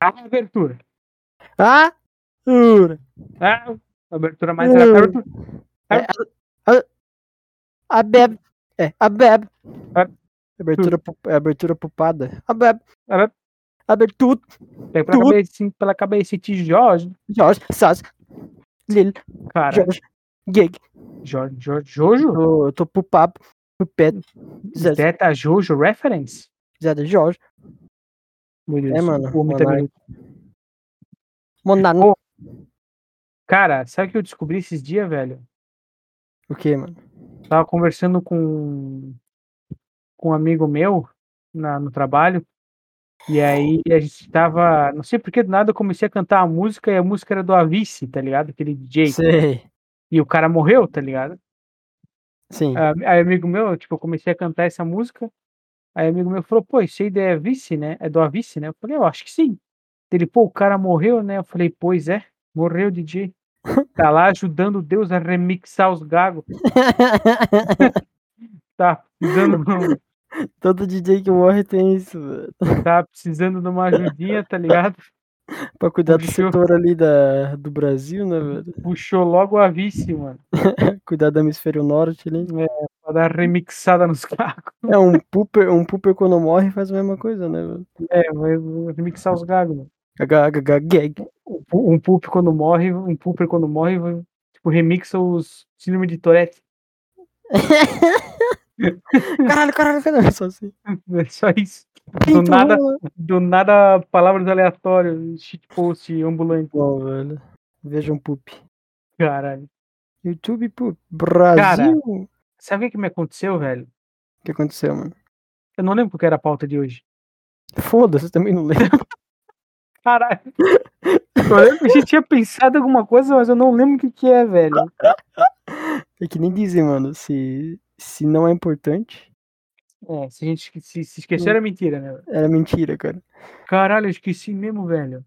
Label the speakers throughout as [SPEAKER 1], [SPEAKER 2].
[SPEAKER 1] Abertura.
[SPEAKER 2] Ah! Ura.
[SPEAKER 1] Ah, abertura mais
[SPEAKER 2] Hum.
[SPEAKER 1] rápida. Abertura.
[SPEAKER 2] A beb. É, a beb.
[SPEAKER 1] A-
[SPEAKER 2] Abertura, pu- é abertura pupada. A beb.
[SPEAKER 1] A beb.
[SPEAKER 2] Abertura.
[SPEAKER 1] Pega pela
[SPEAKER 2] Tudo.
[SPEAKER 1] cabecinha, pela cabecinha de Jorge.
[SPEAKER 2] Jorge, Sas. Lil.
[SPEAKER 1] Cara,
[SPEAKER 2] Jorge. Gig.
[SPEAKER 1] Jorge, Jorge, Jojo?
[SPEAKER 2] Eu tô pro papo. Pro pé. Zé-
[SPEAKER 1] Teta Jojo Reference?
[SPEAKER 2] Zé da Jorge.
[SPEAKER 1] Meu Deus,
[SPEAKER 2] É, mano,
[SPEAKER 1] o homem tá
[SPEAKER 2] monarca.
[SPEAKER 1] doido.
[SPEAKER 2] Monano.
[SPEAKER 1] Cara, sabe o que eu descobri esses dias, velho?
[SPEAKER 2] O que, mano?
[SPEAKER 1] Tava conversando com, com um amigo meu na, no trabalho. E aí a gente tava. Não sei por que do nada eu comecei a cantar a música e a música era do Avice, tá ligado? Aquele DJ.
[SPEAKER 2] Sei.
[SPEAKER 1] E o cara morreu, tá ligado?
[SPEAKER 2] Sim.
[SPEAKER 1] Ah, Aí amigo meu, tipo, eu comecei a cantar essa música. Aí amigo meu falou, pô, isso aí é vice, né? É do Avice, né? Eu falei, eu acho que sim. Ele, pô, o cara morreu, né? Eu falei, pois é, morreu DJ. Tá lá ajudando Deus a remixar os gagos. É. Tá precisando, um,
[SPEAKER 2] Todo DJ que morre tem isso, velho.
[SPEAKER 1] tá precisando de uma ajudinha, tá ligado?
[SPEAKER 2] Pra cuidar do
[SPEAKER 1] Bicho.
[SPEAKER 2] setor ali da, do Brasil, né, velho?
[SPEAKER 1] Puxou logo o Avice, mano.
[SPEAKER 2] Cuidar do hemisfério norte ali.
[SPEAKER 1] Pra dar remixada nos gagos.
[SPEAKER 2] É um pooper, um pooper quando morre faz a mesma coisa, né, velho?
[SPEAKER 1] É, vai remixar os gagos, mano.
[SPEAKER 2] HHH gag.
[SPEAKER 1] Um pu- Um pulp quando morre, um pulper quando morre, vai- tipo, remixa os síndrome de Tourette.
[SPEAKER 2] Caralho, caralho, caralho. Só assim.
[SPEAKER 1] É só isso. Do
[SPEAKER 2] Então,
[SPEAKER 1] nada,
[SPEAKER 2] vamos lá.
[SPEAKER 1] do nada, palavras aleatórias, shitpost, ambulante,
[SPEAKER 2] Bom, velho. Vejam poop.
[SPEAKER 1] caralho.
[SPEAKER 2] YouTube poop. Brasil. O
[SPEAKER 1] Sabe o que, que me aconteceu, velho?
[SPEAKER 2] que aconteceu, mano?
[SPEAKER 1] Eu não lembro qual que era a pauta de hoje.
[SPEAKER 2] Foda-se, eu também não lembro.
[SPEAKER 1] Caralho. Eu lembro que a gente tinha pensado em alguma coisa, mas eu não lembro o que, que é, velho.
[SPEAKER 2] É que nem dizem, mano. Se, se não é importante,
[SPEAKER 1] É, se a gente esque- se, se esquecer era mentira, né? velho?
[SPEAKER 2] era mentira, cara.
[SPEAKER 1] Caralho, eu esqueci mesmo, velho.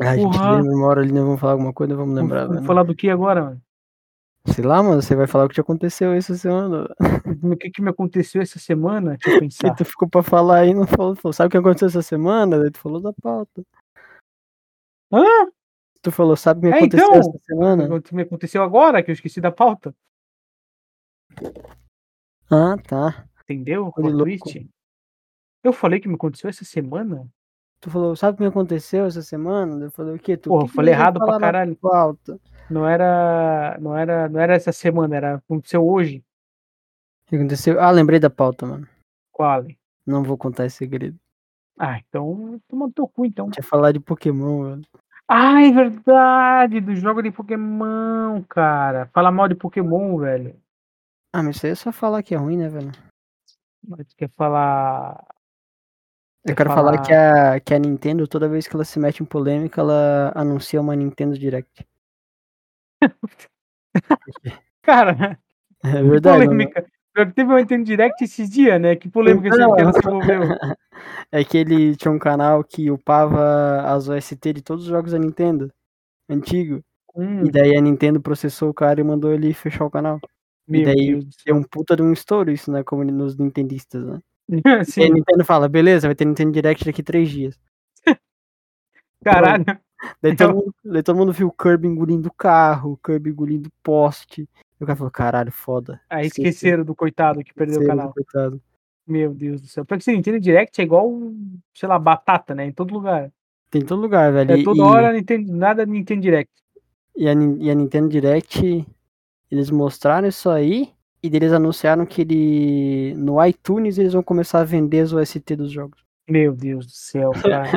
[SPEAKER 2] Ah, a gente
[SPEAKER 1] Porra.
[SPEAKER 2] lembra uma hora ali, nós vamos falar alguma coisa, vamos
[SPEAKER 1] Vamos,
[SPEAKER 2] lembrar,
[SPEAKER 1] vamos
[SPEAKER 2] velho.
[SPEAKER 1] falar do que agora, mano?
[SPEAKER 2] Sei lá, mano, você vai falar o que te aconteceu essa semana.
[SPEAKER 1] Tá. O que, que me aconteceu essa semana? Deixa eu
[SPEAKER 2] E
[SPEAKER 1] pensar.
[SPEAKER 2] tu ficou pra falar aí, não falou, falou, sabe o que aconteceu essa semana? Daí tu falou da pauta.
[SPEAKER 1] Hã?
[SPEAKER 2] Tu falou, sabe o que me
[SPEAKER 1] É,
[SPEAKER 2] aconteceu
[SPEAKER 1] então.
[SPEAKER 2] essa semana?
[SPEAKER 1] O que me aconteceu agora, que eu esqueci da pauta.
[SPEAKER 2] Ah, tá.
[SPEAKER 1] Entendeu?
[SPEAKER 2] Olha,
[SPEAKER 1] Plot
[SPEAKER 2] louco.
[SPEAKER 1] twist. Eu falei que me aconteceu essa semana?
[SPEAKER 2] Tu falou, sabe o que me aconteceu essa semana? Daí Eu falei, o quê? Tu, o
[SPEAKER 1] Porra,
[SPEAKER 2] que
[SPEAKER 1] eu
[SPEAKER 2] que
[SPEAKER 1] falei
[SPEAKER 2] nós vamos
[SPEAKER 1] errado pra
[SPEAKER 2] falar na
[SPEAKER 1] caralho.
[SPEAKER 2] Pauta?
[SPEAKER 1] Não era, não era, não era essa semana, era aconteceu hoje.
[SPEAKER 2] O que aconteceu? Ah, lembrei da pauta, mano.
[SPEAKER 1] Qual?
[SPEAKER 2] Não vou contar esse segredo.
[SPEAKER 1] Ah, então toma no teu cu então.
[SPEAKER 2] Tinha falar de Pokémon, velho.
[SPEAKER 1] Ah, é verdade, do jogo de Pokémon, cara. Fala mal de Pokémon, velho.
[SPEAKER 2] Ah, mas isso aí é só falar que é ruim, né, velho?
[SPEAKER 1] Mas tu quer falar
[SPEAKER 2] Eu
[SPEAKER 1] Quer
[SPEAKER 2] quero falar,
[SPEAKER 1] É falar-
[SPEAKER 2] que, a, que a Nintendo, toda vez que ela se mete em polêmica, ela anuncia uma Nintendo Direct.
[SPEAKER 1] Cara,
[SPEAKER 2] É
[SPEAKER 1] que
[SPEAKER 2] verdade. mano.
[SPEAKER 1] polêmica. Pior que Teve um Nintendo Direct esses dias, né? Que polêmica
[SPEAKER 2] Então.
[SPEAKER 1] esse que ela se envolveu.
[SPEAKER 2] É que ele tinha um canal que upava as OST de todos os jogos da Nintendo. Antigo.
[SPEAKER 1] Hum,
[SPEAKER 2] E daí a Nintendo processou o cara e mandou ele fechar o canal.
[SPEAKER 1] meu
[SPEAKER 2] daí
[SPEAKER 1] Deus do
[SPEAKER 2] Deu um puta de um estouro isso, né? Como nos nintendistas, né?
[SPEAKER 1] céu.
[SPEAKER 2] E aí a
[SPEAKER 1] Sim,
[SPEAKER 2] Nintendo fala, beleza, vai ter Nintendo Direct daqui três dias.
[SPEAKER 1] caralho.
[SPEAKER 2] Daí todo,
[SPEAKER 1] Eu-
[SPEAKER 2] mundo, daí todo mundo viu o Kirby engolindo o carro, o Kirby engolindo o poste. E o cara falou, caralho, foda.
[SPEAKER 1] Aí
[SPEAKER 2] Esqueci.
[SPEAKER 1] esqueceram do coitado que perdeu o
[SPEAKER 2] Sério,
[SPEAKER 1] canal.
[SPEAKER 2] coitado.
[SPEAKER 1] Meu Deus do céu. Pior que esse Nintendo Direct é igual, sei lá, batata, né? Em todo lugar.
[SPEAKER 2] Tem em todo lugar, velho.
[SPEAKER 1] É
[SPEAKER 2] E-
[SPEAKER 1] toda
[SPEAKER 2] e-
[SPEAKER 1] hora Nintendo, nada Nintendo Direct.
[SPEAKER 2] E a, Nin- e a Nintendo Direct, eles mostraram isso aí e daí eles anunciaram que ele, no iTunes eles vão começar a vender as OST dos jogos.
[SPEAKER 1] Meu Deus do céu, cara.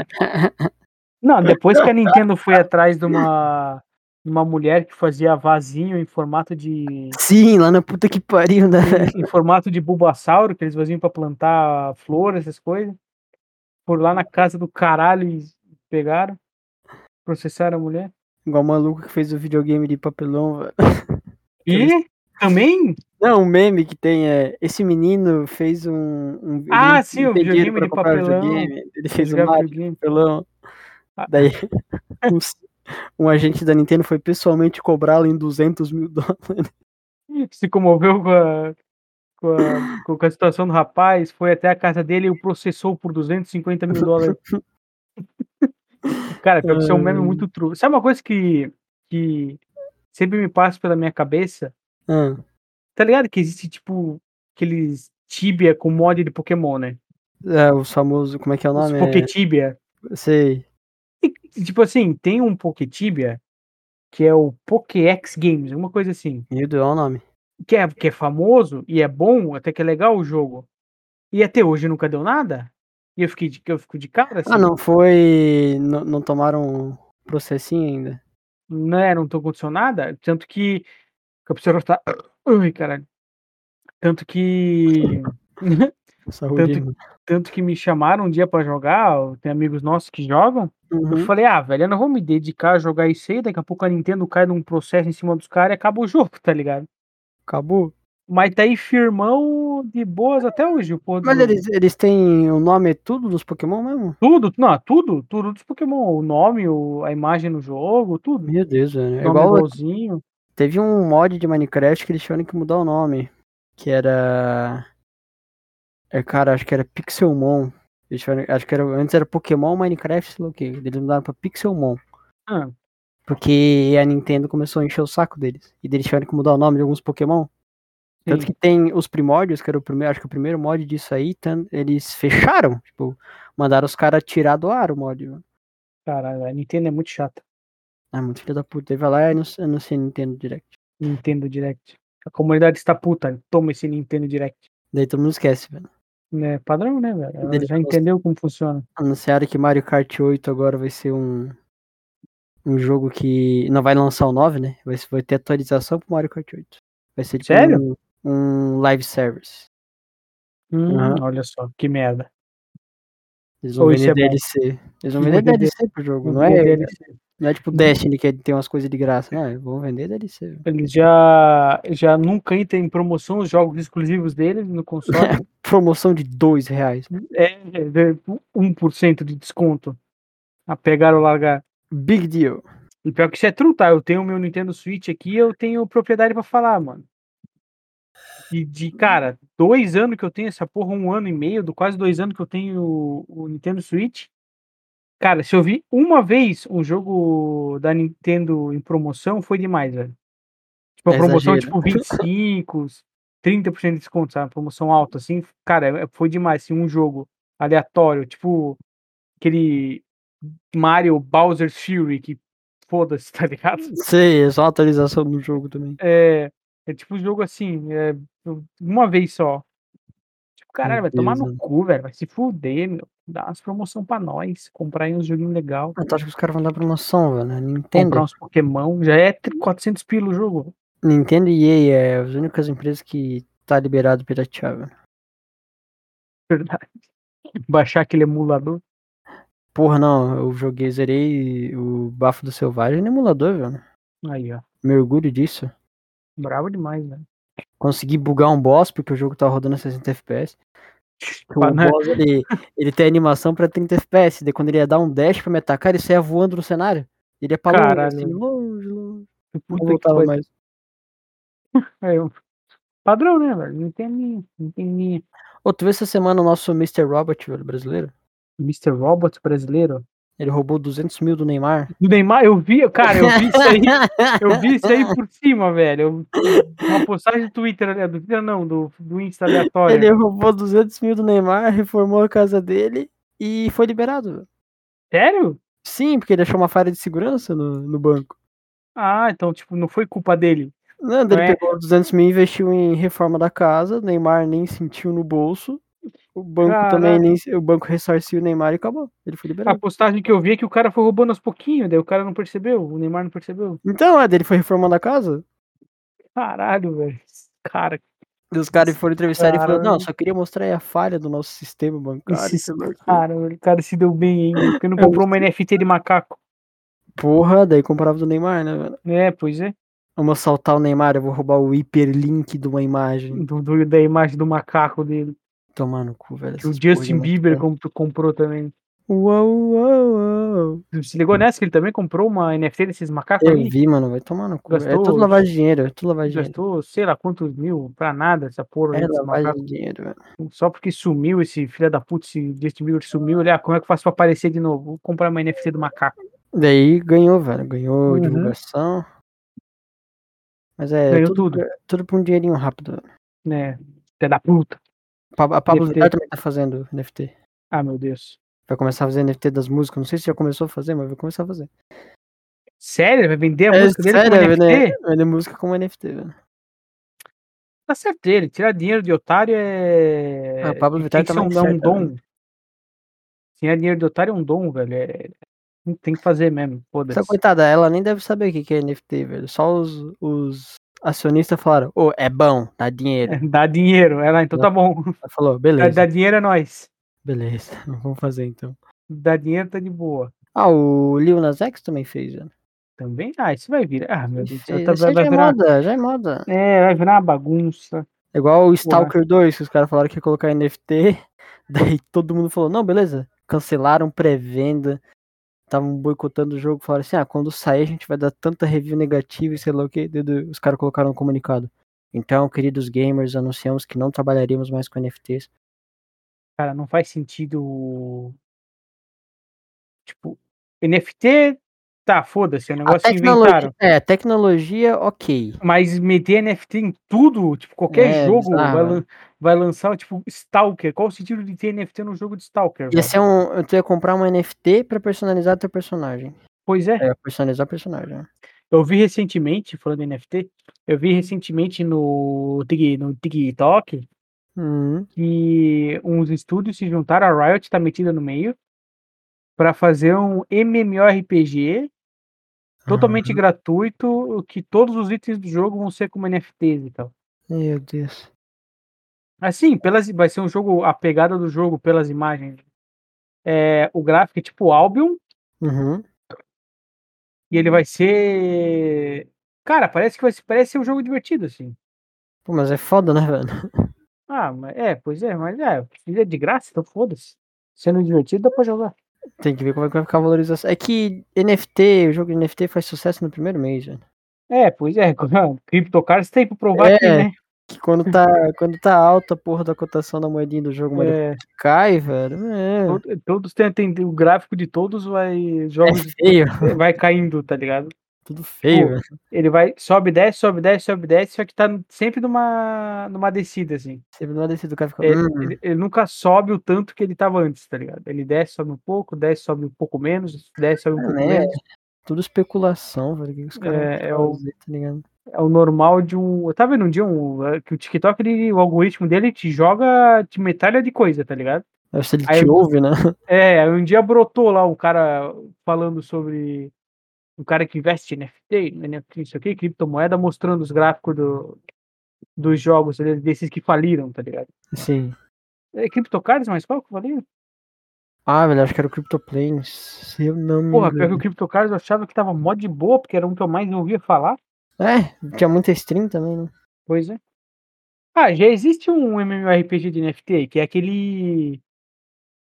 [SPEAKER 1] Não, depois que a Nintendo foi atrás de uma, uma mulher que fazia vasinho em formato de.
[SPEAKER 2] Sim, lá na puta que pariu, né? velho?
[SPEAKER 1] Em, em formato de bulbasauro, que eles vaziam pra plantar flor, essas coisas. Por lá na casa do caralho e pegaram. Processaram a mulher.
[SPEAKER 2] Igual o maluco que fez o videogame de papelão, velho.
[SPEAKER 1] E também?
[SPEAKER 2] Não, o meme que tem é. Esse menino fez um. um ele
[SPEAKER 1] Ah,
[SPEAKER 2] não
[SPEAKER 1] sim, o
[SPEAKER 2] tem dinheiro
[SPEAKER 1] videogame
[SPEAKER 2] pra
[SPEAKER 1] de
[SPEAKER 2] comprar o
[SPEAKER 1] papelão.
[SPEAKER 2] videogame, Ele fez um
[SPEAKER 1] Jogava
[SPEAKER 2] Mario de
[SPEAKER 1] videogame.
[SPEAKER 2] papelão.
[SPEAKER 1] Ah.
[SPEAKER 2] Daí, um, s- um agente da Nintendo foi pessoalmente cobrá-lo em 200 mil dólares.
[SPEAKER 1] se comoveu com a, com, a, com- com a situação do rapaz, foi até a casa dele e o processou por 250 mil dólares. Cara, pior que isso é um meme muito true. Sabe uma coisa que, que sempre me passa pela minha cabeça?
[SPEAKER 2] Ah,
[SPEAKER 1] Tá ligado que existe, tipo, aqueles Tibia com mod de Pokémon, né?
[SPEAKER 2] é, os famosos, como é que é o
[SPEAKER 1] Os
[SPEAKER 2] nome? É,
[SPEAKER 1] Poketibia.
[SPEAKER 2] sei.
[SPEAKER 1] E, Tipo assim, tem um Poketibia que é o Pokéx Games, alguma coisa assim,
[SPEAKER 2] Meu Deus, olha o nome.
[SPEAKER 1] que é, que é famoso e é bom, até que é legal o jogo. E até hoje nunca deu nada. E eu fiquei de, eu fico de cara assim,
[SPEAKER 2] Ah, não foi. Não, não tomaram um processinho ainda.
[SPEAKER 1] né, não tô acontecendo nada, tanto que que a pessoa tá Ai, caralho. Tanto que
[SPEAKER 2] Saúde.
[SPEAKER 1] Tanto-
[SPEAKER 2] mano.
[SPEAKER 1] tanto que me chamaram um dia pra jogar, ó, tem amigos nossos que jogam. Eu
[SPEAKER 2] Uhum.
[SPEAKER 1] falei: "Ah, velho, eu não vou me dedicar a jogar isso aí, daqui a pouco a Nintendo cai num processo em cima dos caras e acaba o jogo, tá ligado?"
[SPEAKER 2] Acabou.
[SPEAKER 1] Mas tá aí firmão de boas até hoje. O porra do-
[SPEAKER 2] Mas é eles, eles têm o nome e tudo dos Pokémon mesmo?
[SPEAKER 1] Tudo, não, tudo, tudo dos Pokémon. O nome, o- a imagem no jogo, tudo.
[SPEAKER 2] Meu Deus, velho. É
[SPEAKER 1] nome
[SPEAKER 2] igual
[SPEAKER 1] igualzinho.
[SPEAKER 2] Teve um mod de Minecraft que eles tiveram que mudar o nome. Que era. É, cara, acho que era Pixelmon. Eles tiveram- Acho que era... antes era Pokémon, Minecraft, sei lá o quê. Eles mudaram pra Pixelmon.
[SPEAKER 1] Ah.
[SPEAKER 2] Porque a Nintendo começou a encher o saco deles. E deles tiveram que mudar o nome de alguns Pokémon. Tanto
[SPEAKER 1] Sim.
[SPEAKER 2] que tem os primórdios, que era o primeiro, acho que o primeiro mod disso aí, tan- eles fecharam. Tipo, mandaram os caras tirar do ar o mod. mano.
[SPEAKER 1] Caralho, a Nintendo é muito chata.
[SPEAKER 2] Ah, muito filho da puta. Teve lá e anunci- anunciei Nintendo Direct.
[SPEAKER 1] Nintendo Direct. A comunidade está puta. Toma esse Nintendo Direct.
[SPEAKER 2] Daí todo mundo esquece, velho.
[SPEAKER 1] É padrão, né, velho? Ela
[SPEAKER 2] Dele
[SPEAKER 1] já
[SPEAKER 2] gosta.
[SPEAKER 1] entendeu como funciona.
[SPEAKER 2] Anunciaram que Mario Kart 8 agora vai ser um, um jogo que. Não vai lançar o 9, né? Vai, ser- vai ter atualização pro Mario Kart 8. Vai ser tipo
[SPEAKER 1] Sério?
[SPEAKER 2] Um, um live service.
[SPEAKER 1] Hum,
[SPEAKER 2] Aham.
[SPEAKER 1] Olha só, que merda.
[SPEAKER 2] Eles vão
[SPEAKER 1] Ou isso
[SPEAKER 2] vender
[SPEAKER 1] é bom.
[SPEAKER 2] DLC. Eles
[SPEAKER 1] Vou
[SPEAKER 2] vão vender
[SPEAKER 1] vender-
[SPEAKER 2] DLC pro jogo. Não
[SPEAKER 1] O
[SPEAKER 2] é,
[SPEAKER 1] DLC.
[SPEAKER 2] não é tipo Destiny que tem umas coisas de graça. Não, vão vender DLC. velho.
[SPEAKER 1] Eles já, já nunca entram em promoção os jogos exclusivos deles no console.
[SPEAKER 2] Promoção de 2 reais.
[SPEAKER 1] É, é, é, 1% de desconto. A pegar ou largar.
[SPEAKER 2] Big deal.
[SPEAKER 1] E pior que isso é true, tá? Eu tenho meu Nintendo Switch aqui, eu tenho propriedade pra falar, mano. E de, cara, dois anos que eu tenho essa porra, um ano e meio, do quase dois anos que eu tenho o, o Nintendo Switch. Cara, se eu vi uma vez um jogo da Nintendo em promoção, foi demais, velho. Tipo, a
[SPEAKER 2] É
[SPEAKER 1] promoção,
[SPEAKER 2] exagero.
[SPEAKER 1] tipo, 25, 30% de desconto, sabe? Promoção alta, assim. Cara, é- foi demais, assim, um jogo aleatório, tipo, aquele Mario Bowser Fury, que foda-se, tá ligado?
[SPEAKER 2] Sei, é só uma atualização do jogo também.
[SPEAKER 1] É, é tipo um jogo assim, é, eu- uma vez só. Tipo, caralho, vai tomar
[SPEAKER 2] Deus,
[SPEAKER 1] no cu, velho. Vai se fuder, meu. Dá umas promoção pra nós. Comprar aí uns joguinhos legal.
[SPEAKER 2] Ah, tu acha que os caras vão dar promoção, velho? A né? Nintendo.
[SPEAKER 1] Comprar uns Pokémon. Já é tri- 400 pila o jogo.
[SPEAKER 2] Nintendo e EA é as únicas empresas que tá liberado piratear, velho.
[SPEAKER 1] Verdade. Baixar aquele emulador.
[SPEAKER 2] Porra, não, eu joguei, zerei o Bafo do Selvagem no emulador, velho.
[SPEAKER 1] Aí, ó.
[SPEAKER 2] Me orgulho disso.
[SPEAKER 1] Bravo demais, velho.
[SPEAKER 2] Consegui bugar um boss porque o jogo tava rodando a 60 FPS. O
[SPEAKER 1] Pá, né?
[SPEAKER 2] boss, ele, ele tem animação pra 30 FPS. Daí quando ele ia dar um dash pra me atacar, ele saia voando no cenário. Ele ia pra longe,
[SPEAKER 1] Caralho.
[SPEAKER 2] assim, longe, longe.
[SPEAKER 1] Puta
[SPEAKER 2] Não
[SPEAKER 1] que
[SPEAKER 2] voltava
[SPEAKER 1] pariu.
[SPEAKER 2] mais.
[SPEAKER 1] É, eu- Padrão, né, velho? Não tem nem. Não tem nem.
[SPEAKER 2] Ô, tu viu essa semana o nosso Mr. Robot, velho, brasileiro?
[SPEAKER 1] Mr. Robot brasileiro.
[SPEAKER 2] Ele roubou 200 mil do Neymar.
[SPEAKER 1] Do Neymar, eu vi, cara, eu vi isso aí. Eu vi isso aí por cima, velho. Eu- Uma postagem do Twitter, ali- do Twitter não, do, do Insta aleatório.
[SPEAKER 2] Ele roubou 200 mil do Neymar, reformou a casa dele e foi liberado. velho.
[SPEAKER 1] Sério?
[SPEAKER 2] Sim, porque ele achou uma falha de segurança no, no banco.
[SPEAKER 1] Ah, então, tipo, não foi culpa dele.
[SPEAKER 2] Não, é? daí ele
[SPEAKER 1] Ué.
[SPEAKER 2] pegou 200 mil e investiu em reforma da casa. O Neymar nem sentiu no bolso. O banco também
[SPEAKER 1] Caraca.
[SPEAKER 2] nem. O banco ressarciu o Neymar e acabou. Ele foi
[SPEAKER 1] A
[SPEAKER 2] liberado.
[SPEAKER 1] postagem que eu vi é que o cara foi roubando aos pouquinhos, daí o cara não percebeu, o Neymar não percebeu.
[SPEAKER 2] Então, é, daí ele foi reformando a casa.
[SPEAKER 1] Caralho, velho. Esse Cara,
[SPEAKER 2] Daí os caras foram entrevistar ele e falou: Não,
[SPEAKER 1] Caralho.
[SPEAKER 2] só queria mostrar aí a falha do nosso sistema bancário.
[SPEAKER 1] Esses
[SPEAKER 2] sei lá o quê."
[SPEAKER 1] cara, o cara se deu bem, hein? Porque não
[SPEAKER 2] Eu
[SPEAKER 1] comprou uma NFT de macaco.
[SPEAKER 2] Porra, daí comprava do Neymar, né, velho?
[SPEAKER 1] É, pois é.
[SPEAKER 2] Vamos assaltar o Neymar, eu vou roubar o hiperlink de uma imagem.
[SPEAKER 1] Do, do- da imagem do macaco dele.
[SPEAKER 2] Tomar no cu, velho.
[SPEAKER 1] Que o
[SPEAKER 2] essas porra de
[SPEAKER 1] Justin
[SPEAKER 2] macaco.
[SPEAKER 1] Bieber
[SPEAKER 2] um
[SPEAKER 1] comp- comprou também.
[SPEAKER 2] Uou, uou, uou.
[SPEAKER 1] Se ligou nessa que ele também comprou uma NFT desses macacos
[SPEAKER 2] Hum. Eu
[SPEAKER 1] aí?
[SPEAKER 2] vi, mano, vai tomar no cu. É
[SPEAKER 1] Gastou-
[SPEAKER 2] tudo lavagem de dinheiro, é tudo lavagem de dinheiro.
[SPEAKER 1] Gastou sei lá quantos mil pra nada essa porra aí
[SPEAKER 2] É
[SPEAKER 1] desse
[SPEAKER 2] lavagem
[SPEAKER 1] macaco.
[SPEAKER 2] de dinheiro, velho.
[SPEAKER 1] Só porque "Ah, sumiu esse filho da puta, esse Justin Bieber sumiu. Olha, como é que eu faço pra aparecer de novo? Vou comprar uma NFT do macaco.
[SPEAKER 2] Daí ganhou, velho. Ganhou
[SPEAKER 1] Uhum.
[SPEAKER 2] divulgação. Mas é.
[SPEAKER 1] Ganhou
[SPEAKER 2] tudo. Tudo pra um dinheirinho rápido.
[SPEAKER 1] né? Filha da puta.
[SPEAKER 2] Pa- A Pablo
[SPEAKER 1] NFT.
[SPEAKER 2] Vittar também tá fazendo NFT.
[SPEAKER 1] Ah, meu Deus.
[SPEAKER 2] Vai começar a fazer NFT das músicas. Não sei se já começou a fazer, mas vai começar a fazer.
[SPEAKER 1] Sério? Vai vender a
[SPEAKER 2] É
[SPEAKER 1] música dele
[SPEAKER 2] sério,
[SPEAKER 1] como NFT?
[SPEAKER 2] vender, vender música como NFT, velho.
[SPEAKER 1] Tá certo dele. Tirar dinheiro de otário é.
[SPEAKER 2] Ah, o Pablo
[SPEAKER 1] tem
[SPEAKER 2] Vittar
[SPEAKER 1] que ser
[SPEAKER 2] também
[SPEAKER 1] um-
[SPEAKER 2] tá
[SPEAKER 1] é um
[SPEAKER 2] certo,
[SPEAKER 1] dom. Tirar dinheiro de otário é um dom, velho. É... Não Tem que fazer mesmo. Foda-se.
[SPEAKER 2] Essa coitada, ela nem deve saber o que que é NFT, velho. Só os, os acionistas falaram, ô, é bom, dá dinheiro.
[SPEAKER 1] É, Dá dinheiro. Ela, então tá bom.
[SPEAKER 2] Ela falou,
[SPEAKER 1] Dá,
[SPEAKER 2] beleza,
[SPEAKER 1] dá dinheiro é nós.
[SPEAKER 2] beleza, vamos fazer então.
[SPEAKER 1] Dá dinheiro tá de boa.
[SPEAKER 2] Ah, o Lil Nas X também fez, velho.
[SPEAKER 1] Também? Ah, isso vai vir. Ah, meu Deus. do
[SPEAKER 2] Isso
[SPEAKER 1] céu,
[SPEAKER 2] aí
[SPEAKER 1] tá-
[SPEAKER 2] isso aí já
[SPEAKER 1] vai
[SPEAKER 2] é
[SPEAKER 1] virar...
[SPEAKER 2] moda, já é moda.
[SPEAKER 1] É, vai virar uma bagunça.
[SPEAKER 2] É igual o Stalker 2, que os caras falaram que ia colocar NFT, daí todo mundo falou, não, beleza. Cancelaram pré-venda, estavam boicotando o jogo, falaram assim, ah, quando sair a gente vai dar tanta review negativa e sei lá o que, os caras colocaram um comunicado. Então, queridos gamers, anunciamos que não trabalharemos mais com NFTs.
[SPEAKER 1] Cara, não faz sentido. Tipo, NFT, tá, foda-se, é um negócio
[SPEAKER 2] a
[SPEAKER 1] que inventaram.
[SPEAKER 2] tecnologia, é, tecnologia, ok.
[SPEAKER 1] Mas meter NFT em tudo, tipo, qualquer
[SPEAKER 2] É,
[SPEAKER 1] jogo
[SPEAKER 2] bizarro,
[SPEAKER 1] vai,
[SPEAKER 2] né?
[SPEAKER 1] lan- vai lançar, tipo, Stalker. Qual o sentido de ter NFT no jogo de Stalker?
[SPEAKER 2] Ia
[SPEAKER 1] velho?
[SPEAKER 2] ser um, tu ia comprar um NFT pra personalizar teu personagem.
[SPEAKER 1] Pois é,
[SPEAKER 2] É, personalizar o personagem. né?
[SPEAKER 1] eu vi recentemente, falando em NFT, eu vi recentemente no, Tik- no TikTok
[SPEAKER 2] Uhum.
[SPEAKER 1] que uns estúdios se juntaram, a Riot tá metida no meio, pra fazer um MMORPG totalmente gratuito, o que todos os itens do jogo vão ser como NFTs e tal.
[SPEAKER 2] Meu Deus.
[SPEAKER 1] Assim, pelas, vai ser um jogo, a pegada do jogo pelas imagens. É, o gráfico é tipo Albion,
[SPEAKER 2] Uhum.
[SPEAKER 1] e ele vai ser. Cara, parece que vai ser, parece ser um jogo divertido, assim.
[SPEAKER 2] Pô, mas é foda, né, velho?
[SPEAKER 1] Ah, mas, é, pois é, mas é, ele é de graça, então foda-se. Sendo divertido, dá pra jogar.
[SPEAKER 2] Tem que ver como é que vai ficar a valorização. É que NFT, o jogo de NFT faz sucesso no primeiro mês, velho.
[SPEAKER 1] É, pois é, CryptoCars tem pra provar que,
[SPEAKER 2] É,
[SPEAKER 1] né?
[SPEAKER 2] Que quando tá, quando tá alta a porra da cotação da moedinha do jogo, mas
[SPEAKER 1] É,
[SPEAKER 2] cai, velho. É,
[SPEAKER 1] to- todos têm, têm- o gráfico de todos vai.
[SPEAKER 2] é
[SPEAKER 1] Jogos,
[SPEAKER 2] feio,
[SPEAKER 1] vai caindo, tá ligado?
[SPEAKER 2] tudo feio,
[SPEAKER 1] Pô,
[SPEAKER 2] velho.
[SPEAKER 1] Ele vai, sobe, desce, sobe, desce, sobe, desce, só que tá sempre numa, numa descida, assim.
[SPEAKER 2] Sempre numa descida do cara fica.
[SPEAKER 1] Ele,
[SPEAKER 2] "Hum".
[SPEAKER 1] ele- ele nunca sobe o tanto que ele tava antes, tá ligado? Ele desce, sobe um pouco, desce, sobe um pouco menos, desce, sobe um
[SPEAKER 2] É,
[SPEAKER 1] pouco
[SPEAKER 2] né?
[SPEAKER 1] menos.
[SPEAKER 2] Tudo especulação, velho. que os caras
[SPEAKER 1] É,
[SPEAKER 2] vão
[SPEAKER 1] é o-
[SPEAKER 2] fazer, tá ligado?
[SPEAKER 1] É o normal de um. Eu tava vendo um dia um, eh, que o TikTok, ele, o algoritmo dele te joga, te metralha de coisa, tá ligado?
[SPEAKER 2] Aí Se ele
[SPEAKER 1] Aí
[SPEAKER 2] te
[SPEAKER 1] eu-
[SPEAKER 2] ouve, né?
[SPEAKER 1] É, aí um dia brotou lá um cara falando sobre um cara que investe em NFT, NFT, isso aqui, criptomoeda, mostrando os gráficos do, dos jogos eh, desses que faliram, tá ligado?
[SPEAKER 2] Sim.
[SPEAKER 1] É CryptoCards, mas qual que eu falei?
[SPEAKER 2] Ah, velho, acho que era o CryptoPlanes. Se eu não me
[SPEAKER 1] Porra, pior que
[SPEAKER 2] engano.
[SPEAKER 1] o CryptoCards eu achava que tava mó de boa, porque era um que eu mais ouvia falar.
[SPEAKER 2] É, tinha muita stream também, né?
[SPEAKER 1] Pois é. Ah, já existe um MMORPG de NFT, que é aquele.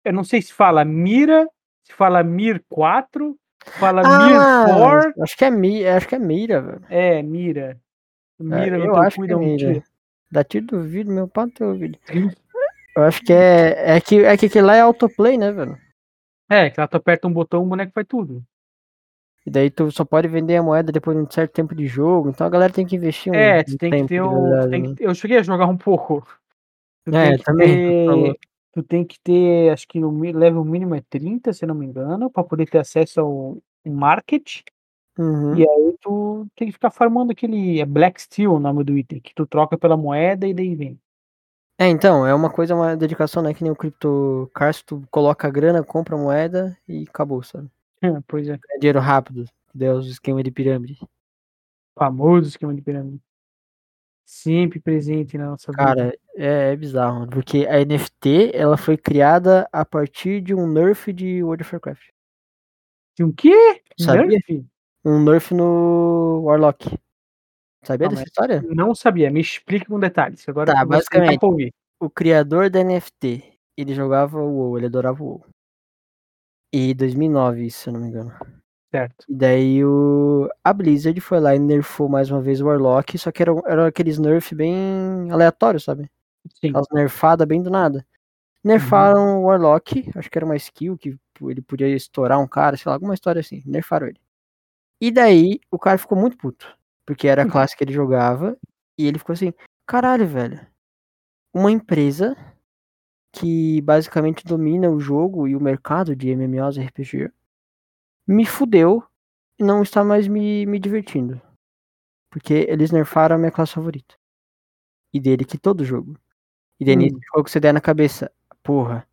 [SPEAKER 1] Eu não sei se fala Mira, se fala Mir 4, se fala Mir 4.
[SPEAKER 2] acho que é Mira, acho que é Mira, velho.
[SPEAKER 1] É, Mira. Mira
[SPEAKER 2] É,
[SPEAKER 1] no
[SPEAKER 2] eu
[SPEAKER 1] teu
[SPEAKER 2] acho
[SPEAKER 1] cu e
[SPEAKER 2] que é
[SPEAKER 1] dá um
[SPEAKER 2] Mira.
[SPEAKER 1] tiro.
[SPEAKER 2] Dá tiro do vídeo, meu pau no teu ouvido. Eu acho que é. É que, é que aquele lá é autoplay, né, velho?
[SPEAKER 1] É, que lá tu aperta um botão, o boneco faz tudo.
[SPEAKER 2] E daí tu só pode vender a moeda depois de um certo tempo de jogo. Então a galera tem que investir um,
[SPEAKER 1] É, tu
[SPEAKER 2] um
[SPEAKER 1] tem que
[SPEAKER 2] tempo
[SPEAKER 1] ter
[SPEAKER 2] de
[SPEAKER 1] o. tu
[SPEAKER 2] verdade,
[SPEAKER 1] tem
[SPEAKER 2] né?
[SPEAKER 1] que- Eu cheguei a jogar um pouco. Tu
[SPEAKER 2] É,
[SPEAKER 1] tem que
[SPEAKER 2] também, tu falou.
[SPEAKER 1] ter. Tu tem que ter, acho que o mi- level mínimo é 30, se não me engano, para poder ter acesso ao ao market.
[SPEAKER 2] Uhum.
[SPEAKER 1] E é- aí tu tem que ficar farmando aquele. É Black Steel o nome do item, que tu troca pela moeda e daí vem.
[SPEAKER 2] É, então, é uma coisa, uma dedicação, né? Que nem o CryptoCars, tu coloca a grana, compra a moeda e acabou, sabe?
[SPEAKER 1] É, Pois é,
[SPEAKER 2] É dinheiro rápido, deu os esquema de pirâmide.
[SPEAKER 1] famoso esquema de pirâmide. Sempre presente na nossa vida.
[SPEAKER 2] Cara, é, é bizarro, mano, porque a NFT, ela foi criada a partir de um nerf de World of Warcraft.
[SPEAKER 1] De um quê?
[SPEAKER 2] Sabia?
[SPEAKER 1] Nerf?
[SPEAKER 2] Um nerf no Warlock. Sabia
[SPEAKER 1] Ah,
[SPEAKER 2] dessa
[SPEAKER 1] mas-
[SPEAKER 2] história?
[SPEAKER 1] Não sabia, me explica com detalhes. que Agora
[SPEAKER 2] Tá,
[SPEAKER 1] eu vou sentar
[SPEAKER 2] basicamente.
[SPEAKER 1] pra ouvir.
[SPEAKER 2] O criador da NFT, ele jogava o WoW, ele adorava o WoW. E 2009, isso, se eu não me engano.
[SPEAKER 1] Certo.
[SPEAKER 2] E daí o... a Blizzard foi lá e nerfou mais uma vez o Warlock, só que um, eram era aqueles nerf bem aleatórios, sabe?
[SPEAKER 1] Sim.
[SPEAKER 2] Aquelas nerfadas bem do nada. Nerfaram o Warlock, acho que era uma skill que ele podia estourar um cara, sei lá, alguma história assim. Nerfaram ele. E daí o cara ficou muito puto, porque era a classe que ele jogava, e ele ficou assim: caralho, velho, uma empresa que basicamente domina o jogo e o mercado de MMOs e RPG me fudeu e não está mais me, me divertindo. Porque eles nerfaram a minha classe favorita. E dele que todo jogo. E daí
[SPEAKER 1] Hum.
[SPEAKER 2] ficou que você der na cabeça. Porra.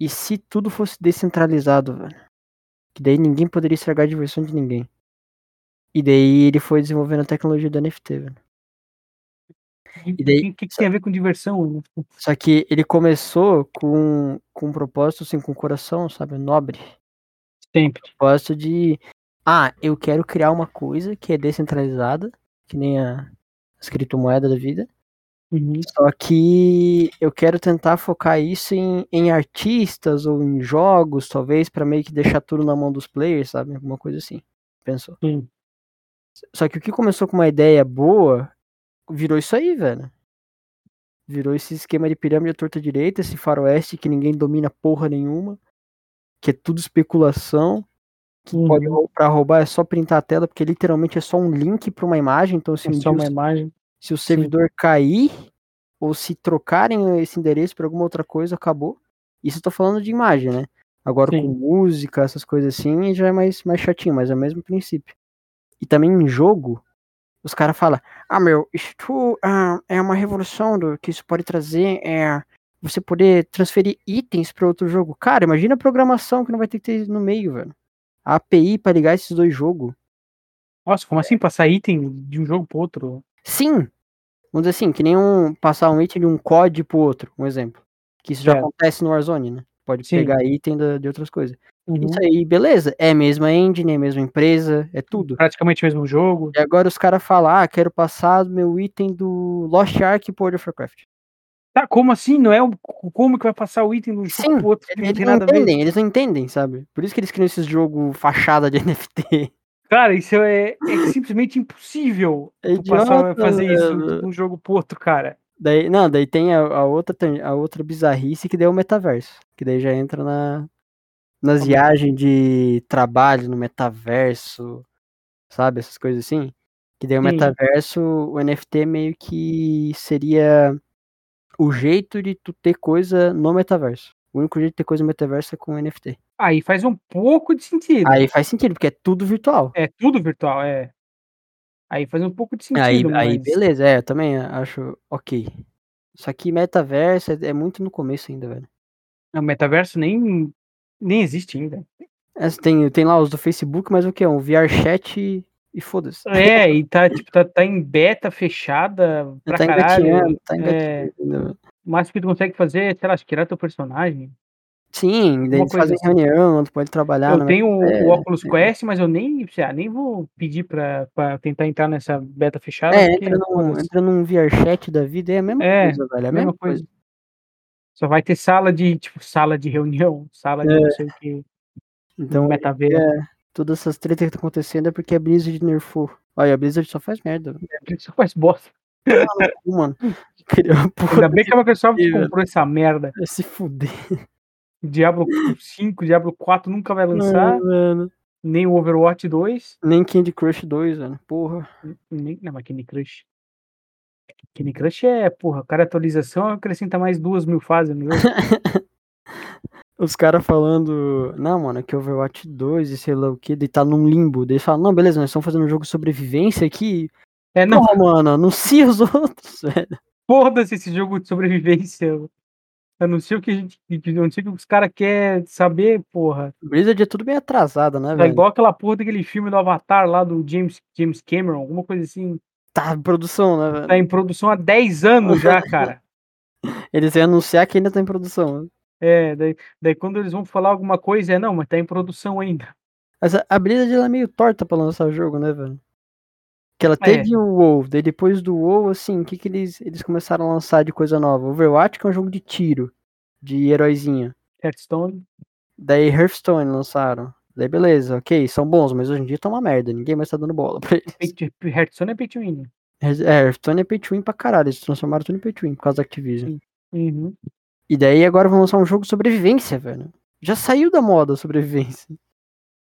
[SPEAKER 2] E se tudo fosse descentralizado, velho? Que daí ninguém poderia estragar a diversão de ninguém. E daí ele foi desenvolvendo a tecnologia do NFT, velho.
[SPEAKER 1] E
[SPEAKER 2] daí-
[SPEAKER 1] O que, que tem a ver com diversão? né?
[SPEAKER 2] Só que ele começou com, com um propósito, assim, com um coração, sabe? Nobre.
[SPEAKER 1] Sempre.
[SPEAKER 2] propósito de ah, eu quero criar uma coisa que é descentralizada, que nem a as criptomoeda da vida.
[SPEAKER 1] Uhum.
[SPEAKER 2] Só que eu quero tentar focar isso em, em artistas ou em jogos, talvez, pra meio que deixar tudo na mão dos players, sabe? Alguma coisa assim. Pensou.
[SPEAKER 1] Sim.
[SPEAKER 2] Só que o que começou com uma ideia boa virou isso aí, velho. Virou esse esquema de pirâmide à torta direita, esse faroeste que ninguém domina porra nenhuma, que é tudo especulação pode
[SPEAKER 1] Uhum.
[SPEAKER 2] rou- pra roubar é só printar a tela, porque literalmente é só um link pra uma imagem, então se,
[SPEAKER 1] É
[SPEAKER 2] um
[SPEAKER 1] só
[SPEAKER 2] dia
[SPEAKER 1] uma
[SPEAKER 2] o-
[SPEAKER 1] imagem.
[SPEAKER 2] se o servidor cair ou se trocarem esse endereço pra alguma outra coisa, acabou. Isso eu tô falando de imagem, né? Agora
[SPEAKER 1] Sim.
[SPEAKER 2] com música, essas coisas assim, já é mais, mais chatinho, mas é o mesmo princípio. E também em jogo, os caras falam, ah meu, isso ah, é uma revolução do que isso pode trazer, é você poder transferir itens pra outro jogo. Cara, imagina a programação que não vai ter que ter no meio, velho. A API pra ligar esses dois jogos.
[SPEAKER 1] Nossa, como assim passar item de um jogo pro outro?
[SPEAKER 2] Sim. Vamos dizer assim, que nem um, passar um item de um COD pro outro, um exemplo. Que isso já
[SPEAKER 1] Certo.
[SPEAKER 2] acontece no Warzone, né? Pode
[SPEAKER 1] É. Sim.
[SPEAKER 2] pegar item da- de outras coisas.
[SPEAKER 1] Uhum.
[SPEAKER 2] Isso aí, beleza. É a mesma engine, é a mesma empresa, é tudo.
[SPEAKER 1] Praticamente o mesmo jogo.
[SPEAKER 2] E agora os caras falam, ah, quero passar meu item do Lost Ark pro World of Warcraft.
[SPEAKER 1] Tá, como assim? Não é o, como que vai passar o item de um jogo
[SPEAKER 2] Sim,
[SPEAKER 1] pro outro? que
[SPEAKER 2] Eles não entendem, eles não entendem, sabe? Por isso que eles criam esses jogos fachada de NFT.
[SPEAKER 1] Cara, isso é, é simplesmente impossível
[SPEAKER 2] É
[SPEAKER 1] tu passar,
[SPEAKER 2] idiota,
[SPEAKER 1] fazer isso
[SPEAKER 2] velho.
[SPEAKER 1] de um jogo pro outro, cara.
[SPEAKER 2] Daí, não, daí tem a, a outra, tan- a outra bizarrice que daí é o metaverso. Que daí já entra na,
[SPEAKER 1] Tá
[SPEAKER 2] nas
[SPEAKER 1] bom.
[SPEAKER 2] viagens de trabalho no metaverso, sabe? Essas coisas assim. Que daí o
[SPEAKER 1] Sim.
[SPEAKER 2] metaverso, o NFT meio que seria o jeito de tu ter coisa no metaverso. O único jeito de ter coisa no metaverso é com NFT.
[SPEAKER 1] Aí faz um pouco de sentido.
[SPEAKER 2] Aí faz sentido, porque é tudo virtual.
[SPEAKER 1] É tudo virtual, é. Aí faz um pouco de sentido,
[SPEAKER 2] Aí,
[SPEAKER 1] mas...
[SPEAKER 2] aí beleza, é, eu também acho ok. Só que metaverso é, é muito no começo ainda, velho.
[SPEAKER 1] O metaverso nem, nem existe ainda.
[SPEAKER 2] É, Tem, tem lá os do Facebook, mas o que é? Um VR chat e, e foda-se.
[SPEAKER 1] É, e tá, tipo, tá, tá em beta fechada pra
[SPEAKER 2] Tá
[SPEAKER 1] caralho.
[SPEAKER 2] engatinhando, tá
[SPEAKER 1] é.
[SPEAKER 2] engatinhando. ainda,
[SPEAKER 1] O máximo que tu consegue fazer é, sei lá, criar teu personagem.
[SPEAKER 2] Sim,
[SPEAKER 1] Uma
[SPEAKER 2] daí eles
[SPEAKER 1] coisa
[SPEAKER 2] fazem
[SPEAKER 1] assim.
[SPEAKER 2] reunião, tu pode trabalhar. né?
[SPEAKER 1] Eu
[SPEAKER 2] no
[SPEAKER 1] tenho o, o
[SPEAKER 2] metaverso.
[SPEAKER 1] Oculus Quest, mas eu nem, sei lá, nem vou pedir pra, pra tentar entrar nessa beta fechada,
[SPEAKER 2] É,
[SPEAKER 1] porque
[SPEAKER 2] entra num,
[SPEAKER 1] foda-se.
[SPEAKER 2] entra num VRChat da vida, é a mesma
[SPEAKER 1] É,
[SPEAKER 2] coisa, velho. É a mesma coisa.
[SPEAKER 1] Só vai ter sala de, tipo, sala de reunião, sala de
[SPEAKER 2] É.
[SPEAKER 1] não sei o que,
[SPEAKER 2] Então,
[SPEAKER 1] metaverso.
[SPEAKER 2] é, todas essas tretas que estão acontecendo é porque a Blizzard nerfou. Olha, a Blizzard só faz merda. velho.
[SPEAKER 1] Isso faz bosta.
[SPEAKER 2] Pô, Mano, criou uma porra
[SPEAKER 1] Ainda bem que a Microsoft
[SPEAKER 2] Sim, velho.
[SPEAKER 1] comprou essa merda.
[SPEAKER 2] pra se fuder.
[SPEAKER 1] Diablo 5, Diablo 4 nunca vai lançar,
[SPEAKER 2] Mano, mano.
[SPEAKER 1] nem o Overwatch 2,
[SPEAKER 2] Nem Candy Crush 2, velho. Porra.
[SPEAKER 1] nem. Não, mas Candy Crush. Candy Crush é, porra, cada atualização acrescenta mais duas mil fases no jogo.
[SPEAKER 2] Os caras falando, não, mano, que Overwatch 2 e sei lá o que, de tá num limbo. Daí Eles falam, não, beleza, nós estamos fazendo um jogo de sobrevivência aqui.
[SPEAKER 1] É, não,
[SPEAKER 2] Porra, mano, anuncia os outros, velho.
[SPEAKER 1] foda-se esse jogo de sobrevivência. Eu não sei o que a gente. Eu não sei o que os caras querem saber, porra.
[SPEAKER 2] Blizzard é tudo bem atrasado, né,
[SPEAKER 1] Tá
[SPEAKER 2] velho?
[SPEAKER 1] igual aquela porra daquele filme do Avatar lá do James, James Cameron, alguma coisa assim.
[SPEAKER 2] Tá em produção, né, velho?
[SPEAKER 1] Tá em produção há 10 anos já, cara.
[SPEAKER 2] Eles iam anunciar que ainda tá em produção.
[SPEAKER 1] É, daí, daí quando eles vão falar alguma coisa, é não, mas tá em produção ainda.
[SPEAKER 2] Mas a- a Blizzard ela é meio torta pra lançar jogo, né, velho? Que ela
[SPEAKER 1] É.
[SPEAKER 2] teve o WoW, daí depois do WoW, assim, o que, que eles, eles começaram a lançar de coisa nova? Overwatch, que é um jogo de tiro, de heróizinho.
[SPEAKER 1] Hearthstone.
[SPEAKER 2] Daí Hearthstone lançaram. Daí beleza, ok, são bons, mas hoje em dia tá uma merda, ninguém mais tá dando bola pra eles.
[SPEAKER 1] pay to- Hearthstone é pay to win.
[SPEAKER 2] É, Hearthstone é pay to win pra caralho, eles transformaram tudo em pay to win por causa da Activision.
[SPEAKER 1] Uhum.
[SPEAKER 2] E daí agora vão lançar um jogo de sobrevivência, velho. Já saiu da moda a sobrevivência.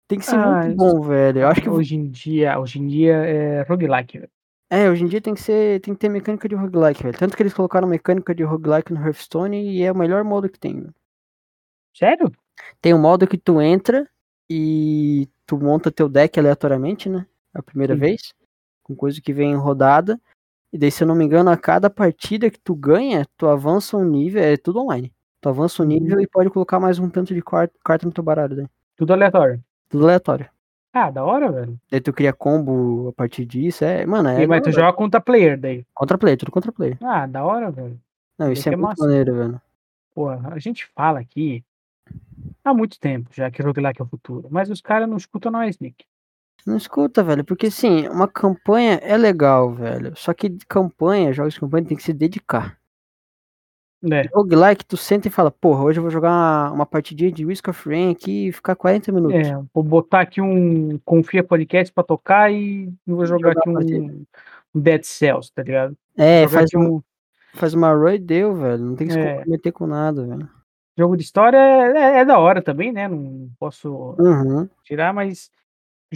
[SPEAKER 2] Tem que ser
[SPEAKER 1] Ah,
[SPEAKER 2] muito bom, velho. Eu acho que.
[SPEAKER 1] Hoje em dia, hoje em dia é roguelike, velho.
[SPEAKER 2] É, hoje em dia tem que ser. Tem que ter mecânica de roguelike, velho. Tanto que eles colocaram mecânica de roguelike no Hearthstone e é o melhor modo que tem, velho.
[SPEAKER 1] Sério?
[SPEAKER 2] Tem um modo que tu entra e tu monta teu deck aleatoriamente, né? A primeira
[SPEAKER 1] Sim.
[SPEAKER 2] vez. Com coisa que vem em rodada. E daí, se eu não me engano, a cada partida que tu ganha, tu avança um nível. É tudo online. Tu avança um
[SPEAKER 1] Uhum.
[SPEAKER 2] nível e pode colocar mais um tanto de car- carta no teu baralho, né?
[SPEAKER 1] Tudo aleatório.
[SPEAKER 2] Tudo aleatório.
[SPEAKER 1] Ah, da hora, velho.
[SPEAKER 2] Daí tu cria combo a partir disso. É, mano, é.
[SPEAKER 1] e, mas tu joga contra player daí.
[SPEAKER 2] Contra player, tudo contra player.
[SPEAKER 1] Ah, da hora, velho.
[SPEAKER 2] Não,
[SPEAKER 1] Isso
[SPEAKER 2] isso
[SPEAKER 1] é
[SPEAKER 2] é muito
[SPEAKER 1] massa.
[SPEAKER 2] maneiro, velho.
[SPEAKER 1] Porra, a gente fala aqui há muito tempo já que roguelike é o futuro. Mas os caras não escutam nós, Nick.
[SPEAKER 2] Não escuta, velho, porque sim, uma campanha é legal, velho. Só que de campanha, jogos de campanha tem que se dedicar.
[SPEAKER 1] Né?
[SPEAKER 2] Roguelike, tu senta e fala, porra, hoje eu vou jogar uma, uma partidinha de Risk of Rain aqui e ficar 40 minutos.
[SPEAKER 1] É, vou botar aqui um Confia Podcast pra tocar e eu vou jogar,
[SPEAKER 2] Jogar a
[SPEAKER 1] aqui um, um Dead Cells, tá ligado?
[SPEAKER 2] É,
[SPEAKER 1] Jogar
[SPEAKER 2] faz,
[SPEAKER 1] aqui
[SPEAKER 2] um, faz uma run e deu, velho. Não tem que se
[SPEAKER 1] É.
[SPEAKER 2] comprometer com nada, velho.
[SPEAKER 1] um Jogo de história é, é da hora também, né? Não posso
[SPEAKER 2] Uhum.
[SPEAKER 1] tirar, mas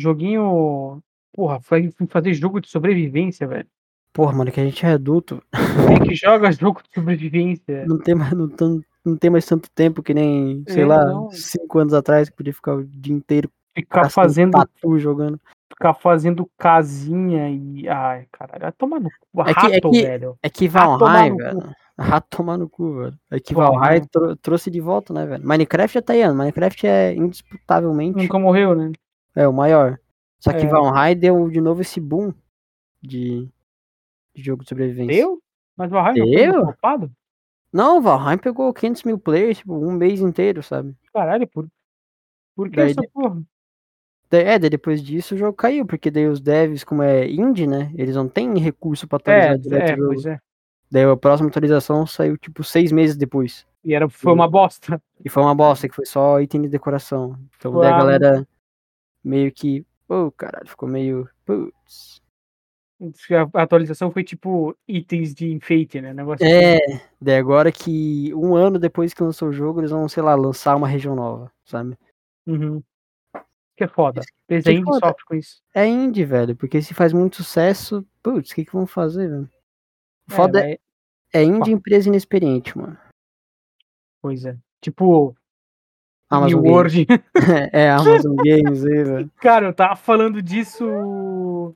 [SPEAKER 1] joguinho. Porra, fui fui fazer jogo de sobrevivência, velho.
[SPEAKER 2] Porra, mano, que a gente é adulto.
[SPEAKER 1] Quem é que joga jogo de sobrevivência?
[SPEAKER 2] Não tem mais, não, tão- não tem mais tanto tempo que nem, sei
[SPEAKER 1] É,
[SPEAKER 2] lá,
[SPEAKER 1] não.
[SPEAKER 2] cinco anos atrás que podia ficar o dia inteiro
[SPEAKER 1] Ficar
[SPEAKER 2] caçando
[SPEAKER 1] fazendo,
[SPEAKER 2] tatu jogando.
[SPEAKER 1] ficar fazendo casinha e. Ai, caralho, vai tomar no cu.
[SPEAKER 2] É que-
[SPEAKER 1] Rato,
[SPEAKER 2] é que-
[SPEAKER 1] velho.
[SPEAKER 2] É que
[SPEAKER 1] Rato tomar
[SPEAKER 2] Valheim,
[SPEAKER 1] no
[SPEAKER 2] velho. Rato tomar no cu, velho. É que
[SPEAKER 1] Porra,
[SPEAKER 2] Valheim
[SPEAKER 1] não.
[SPEAKER 2] tro- trouxe de volta, né, velho? Minecraft já tá aí, ano. Minecraft é indisputavelmente
[SPEAKER 1] Nunca morreu, né?
[SPEAKER 2] é o maior. Só
[SPEAKER 1] É.
[SPEAKER 2] que Valheim deu de novo esse boom de, de jogo de sobrevivência.
[SPEAKER 1] Deu? Mas o Raio não foi
[SPEAKER 2] Deu?
[SPEAKER 1] flopado?
[SPEAKER 2] Não, Valheim pegou 500 mil players, tipo, um mês inteiro, sabe?
[SPEAKER 1] Caralho, por, por que
[SPEAKER 2] Daí
[SPEAKER 1] essa porra?
[SPEAKER 2] Da- É, daí depois disso o jogo caiu, porque daí os devs, como é indie, né? Eles não têm recurso pra atualizar
[SPEAKER 1] É,
[SPEAKER 2] direto
[SPEAKER 1] é,
[SPEAKER 2] o jogo.
[SPEAKER 1] pois é.
[SPEAKER 2] Daí a próxima atualização saiu, tipo, seis meses depois.
[SPEAKER 1] E era,
[SPEAKER 2] Hum.
[SPEAKER 1] foi uma bosta.
[SPEAKER 2] E foi uma bosta, que foi só item de decoração. Então daí a
[SPEAKER 1] Ah,
[SPEAKER 2] galera meio que. Pô, caralho, ficou meio. Putz.
[SPEAKER 1] A atualização foi tipo itens de enfeite, né? Negócio
[SPEAKER 2] É, daí agora que um ano depois que lançou o jogo, eles vão, sei lá, lançar uma região nova, sabe?
[SPEAKER 1] Uhum. Que é foda. Eles
[SPEAKER 2] que
[SPEAKER 1] ainda
[SPEAKER 2] foda.
[SPEAKER 1] sofrem com isso.
[SPEAKER 2] É indie, velho, porque se faz muito sucesso, putz, o que, que vão fazer, velho?
[SPEAKER 1] É,
[SPEAKER 2] Foda é,
[SPEAKER 1] mas-
[SPEAKER 2] indie empresa inexperiente, mano.
[SPEAKER 1] Pois é. Tipo, New
[SPEAKER 2] Amazon Games.
[SPEAKER 1] World.
[SPEAKER 2] é, Amazon Games aí, velho.
[SPEAKER 1] Cara, eu tava falando disso.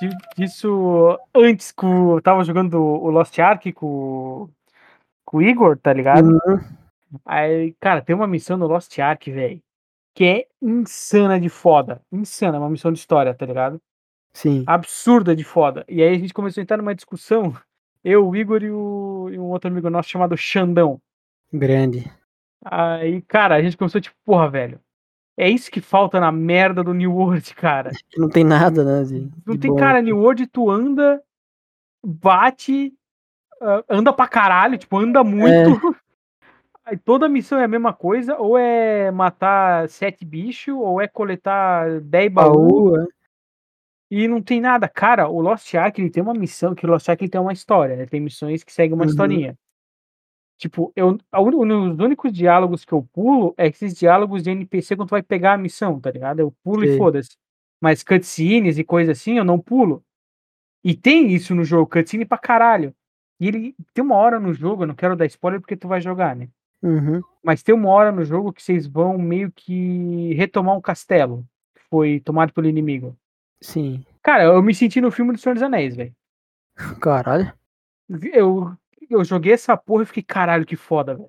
[SPEAKER 1] di- Disso antes que eu tava jogando o Lost Ark com, com o Igor, tá ligado?
[SPEAKER 2] Uhum.
[SPEAKER 1] Aí, cara, tem uma missão no Lost Ark, velho, que é insana de foda. Insana, uma missão de história, tá ligado?
[SPEAKER 2] Sim.
[SPEAKER 1] Ah. Absurda de foda. E aí a gente começou a entrar numa discussão, eu, o Igor e, o, e um outro amigo nosso chamado Xandão.
[SPEAKER 2] Grande.
[SPEAKER 1] Aí, cara, a gente começou tipo, porra, velho, é isso que falta na merda do New World, cara.
[SPEAKER 2] Que Não tem nada, né? De,
[SPEAKER 1] Não
[SPEAKER 2] de
[SPEAKER 1] tem,
[SPEAKER 2] bom.
[SPEAKER 1] cara, New World, tu anda, bate, ah, anda pra caralho, tipo, anda muito.
[SPEAKER 2] É.
[SPEAKER 1] Aí Toda missão é a mesma coisa, ou é matar sete bichos, ou é coletar dez baús,
[SPEAKER 2] Baú, é.
[SPEAKER 1] e não tem nada. Cara, o Lost Ark, ele tem uma missão, que o Lost Ark ele tem uma história, né? Tem missões que seguem uma
[SPEAKER 2] Uhum.
[SPEAKER 1] historinha. Tipo, eu, a un- um dos únicos diálogos que eu pulo é esses diálogos de NPC quando tu vai pegar a missão, tá ligado? Eu pulo e
[SPEAKER 2] Sei.
[SPEAKER 1] foda-se. Mas cutscenes e coisa assim, eu não pulo. E tem isso no jogo, cutscene pra caralho. E ele tem uma hora no jogo, eu não quero dar spoiler porque tu vai jogar, né?
[SPEAKER 2] Uhum.
[SPEAKER 1] Mas tem uma hora no jogo que vocês vão meio que retomar um castelo que foi tomado pelo inimigo.
[SPEAKER 2] Sim.
[SPEAKER 1] Cara, eu me senti no filme do Senhor dos Anéis, velho.
[SPEAKER 2] Caralho.
[SPEAKER 1] Eu, eu joguei essa porra e fiquei, caralho, que foda, velho.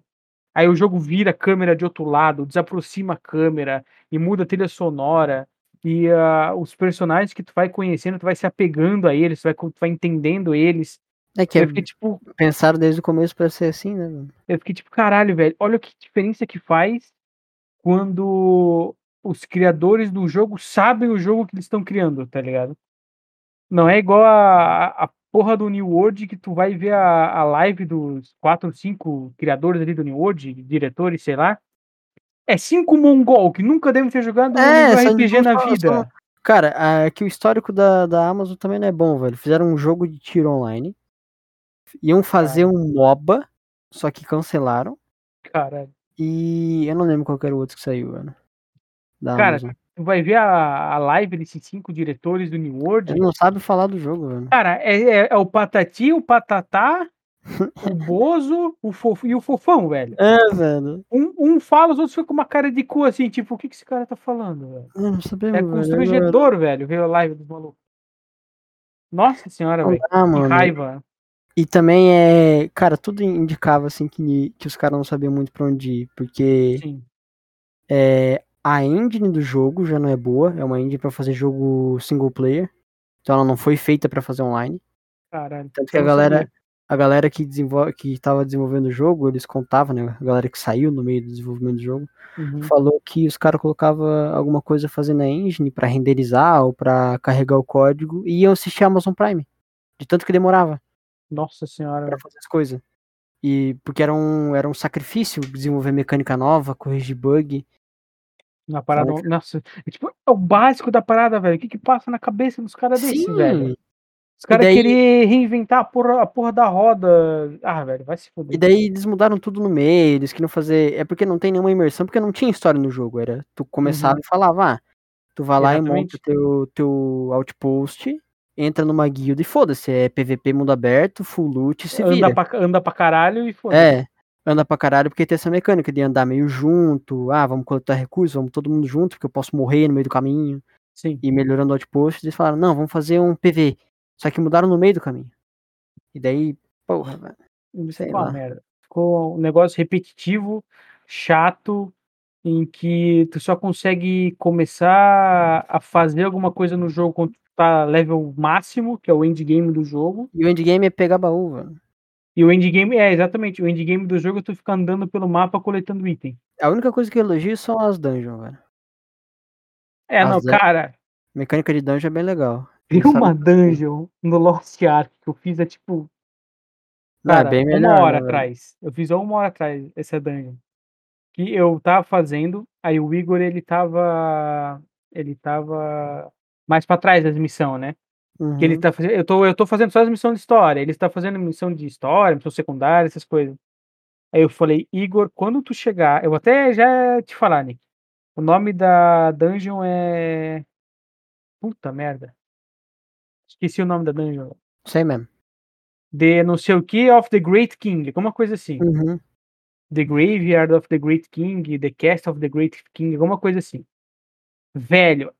[SPEAKER 1] Aí o jogo vira a câmera de outro lado, desaproxima a câmera e muda a trilha sonora. E ah, os personagens que tu vai conhecendo, tu vai se apegando a eles, tu vai, co- tu vai entendendo eles.
[SPEAKER 2] É que é,
[SPEAKER 1] Eu fiquei tipo,
[SPEAKER 2] pensaram desde o começo pra ser assim, né? mano?
[SPEAKER 1] Eu fiquei tipo, caralho, velho, olha que diferença que faz quando os criadores do jogo sabem o jogo que eles estão criando, tá ligado? Não é igual a, a- a porra do New World que tu vai ver a, a live dos quatro, cinco criadores ali do New World, diretores, sei lá. É cinco mongol que nunca devem ter jogado um
[SPEAKER 2] É, só
[SPEAKER 1] RPG
[SPEAKER 2] não
[SPEAKER 1] na
[SPEAKER 2] fala- só
[SPEAKER 1] vida.
[SPEAKER 2] não- Cara, a- é que o histórico da, da Amazon também não é bom, velho. Fizeram um
[SPEAKER 1] Tá.
[SPEAKER 2] jogo de tiro online. Iam fazer um MOBA, só que cancelaram.
[SPEAKER 1] Caralho.
[SPEAKER 2] E eu não lembro qual que era o outro que saiu, mano. Da
[SPEAKER 1] Cara, é
[SPEAKER 2] Amazon.
[SPEAKER 1] Tu vai ver a, a live desses cinco diretores do New World.
[SPEAKER 2] Ele não sabe falar do jogo, mano.
[SPEAKER 1] Cara, é, é- é o Patati, o Patatá, o Bozo o Fofo, e o Fofão, velho.
[SPEAKER 2] É, velho.
[SPEAKER 1] Um, um fala, os outros ficam com uma cara de cu assim, tipo, o que, que esse cara tá falando, velho?
[SPEAKER 2] Eu não sabia,
[SPEAKER 1] É
[SPEAKER 2] velho. Eu-
[SPEAKER 1] constrangedor, velho, ver a live dos malucos. Nossa senhora,
[SPEAKER 2] Não
[SPEAKER 1] velho.
[SPEAKER 2] dá,
[SPEAKER 1] Que
[SPEAKER 2] mano.
[SPEAKER 1] raiva.
[SPEAKER 2] E também é. Cara, tudo indicava assim que, que os caras não sabiam muito pra onde ir. Porque
[SPEAKER 1] Sim.
[SPEAKER 2] é, a engine do jogo já não é boa. É uma engine pra fazer jogo single player. Então ela não foi feita pra fazer online.
[SPEAKER 1] Caralho.
[SPEAKER 2] Tanto
[SPEAKER 1] eu
[SPEAKER 2] que a
[SPEAKER 1] não
[SPEAKER 2] galera,
[SPEAKER 1] Então, sabia.
[SPEAKER 2] a galera que, desenvol... que tava desenvolvendo o jogo, eles contavam, né? A galera que saiu no meio do desenvolvimento do jogo,
[SPEAKER 1] Uhum.
[SPEAKER 2] falou que os caras colocavam alguma coisa fazendo a engine pra renderizar ou pra carregar o código e iam assistir a Amazon Prime. De tanto que demorava.
[SPEAKER 1] Nossa senhora.
[SPEAKER 2] Pra
[SPEAKER 1] velho.
[SPEAKER 2] fazer as coisas. E porque era um, era um sacrifício desenvolver mecânica nova, corrigir bug.
[SPEAKER 1] Na parada.
[SPEAKER 2] Sabe?
[SPEAKER 1] Nossa. É, tipo, é o básico da parada, velho. O que que passa na cabeça dos caras desse, velho? Os caras
[SPEAKER 2] daí-
[SPEAKER 1] querem reinventar a porra, a porra da roda. Ah, velho, vai se
[SPEAKER 2] E
[SPEAKER 1] foder.
[SPEAKER 2] daí eles mudaram tudo no meio, eles queriam fazer. É porque não tem nenhuma imersão, porque não tinha história no jogo. Era tu começava e falava, ah, tu vai lá e monta
[SPEAKER 1] Uhum. Exatamente.
[SPEAKER 2] teu, teu outpost, entra numa guilda e foda-se, é PVP mundo aberto, full loot, se vira.
[SPEAKER 1] Anda pra, anda pra caralho e foda.
[SPEAKER 2] É, anda pra caralho porque tem essa mecânica de andar meio junto, ah, vamos coletar recursos, vamos todo mundo junto, porque eu posso morrer no meio do caminho.
[SPEAKER 1] Sim.
[SPEAKER 2] e melhorando o outpost, eles falaram, não, vamos fazer um PV. Só que mudaram no meio do caminho. E daí, porra,
[SPEAKER 1] Uhum.
[SPEAKER 2] velho. sei
[SPEAKER 1] Ficou é uma
[SPEAKER 2] lá.
[SPEAKER 1] merda. Ficou um negócio repetitivo, chato, em que tu só consegue começar a fazer alguma coisa no jogo quando tu tá level máximo, que é o endgame do jogo.
[SPEAKER 2] E o endgame é pegar baú, velho.
[SPEAKER 1] E o endgame, é, exatamente, o endgame do jogo é tu fica andando pelo mapa coletando item.
[SPEAKER 2] A única coisa que eu elogio são as dungeons, velho.
[SPEAKER 1] É, não,
[SPEAKER 2] Azar.
[SPEAKER 1] cara,
[SPEAKER 2] Mecânica de dungeon é bem legal.
[SPEAKER 1] tem
[SPEAKER 2] Sabe
[SPEAKER 1] uma
[SPEAKER 2] por quê?
[SPEAKER 1] dungeon no Lost Ark que eu fiz há tipo
[SPEAKER 2] Não,
[SPEAKER 1] Cara,
[SPEAKER 2] é bem melhor.
[SPEAKER 1] uma hora
[SPEAKER 2] né, velho?
[SPEAKER 1] atrás. Eu fiz há uma hora atrás essa dungeon. Que eu tava fazendo, aí o Igor, ele tava. Ele tava mais pra trás das missões, né? Que ele
[SPEAKER 2] Uhum.
[SPEAKER 1] tá fazendo. Eu tô, eu tô fazendo só as missões de história. Ele tá fazendo missão de história, missão secundária, essas coisas. Aí eu falei, Igor, quando tu chegar. Eu vou até já te falar, Nick. O nome da dungeon é. Puta merda. Esqueci o nome da dungeon.
[SPEAKER 2] Sei mesmo.
[SPEAKER 1] The não sei o que of the Great King, alguma coisa assim.
[SPEAKER 2] Uhum.
[SPEAKER 1] The Graveyard of the Great King, The Cast of the Great King, alguma coisa assim. Velho,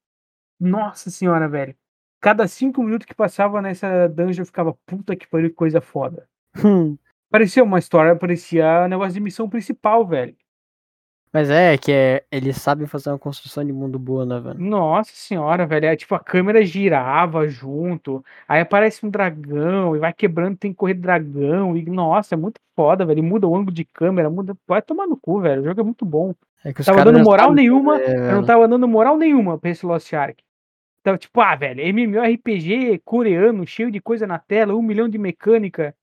[SPEAKER 1] nossa senhora, velho. Cada cinco minutos que passava nessa dungeon, eu ficava, puta que pariu, que coisa foda.
[SPEAKER 2] Hum.
[SPEAKER 1] Parecia uma história, parecia um negócio de missão principal, velho.
[SPEAKER 2] Mas é que é, eles sabem fazer uma construção de mundo boa, né, velho?
[SPEAKER 1] Nossa senhora, velho. É, tipo, a câmera girava junto, aí aparece um dragão, e vai quebrando, tem que correr dragão. E, nossa, é muito foda, velho. E Muda o ângulo de câmera, muda. Vai tomar no cu, velho. O jogo é muito bom.
[SPEAKER 2] É que os
[SPEAKER 1] tava
[SPEAKER 2] caras
[SPEAKER 1] dando
[SPEAKER 2] já
[SPEAKER 1] moral
[SPEAKER 2] sabem
[SPEAKER 1] nenhuma, eu
[SPEAKER 2] fazer,
[SPEAKER 1] não
[SPEAKER 2] velho.
[SPEAKER 1] tava dando moral nenhuma pra esse Lost Ark. Tava tipo, ah, velho, MMORPG coreano, cheio de coisa na tela, um milhão de mecânica.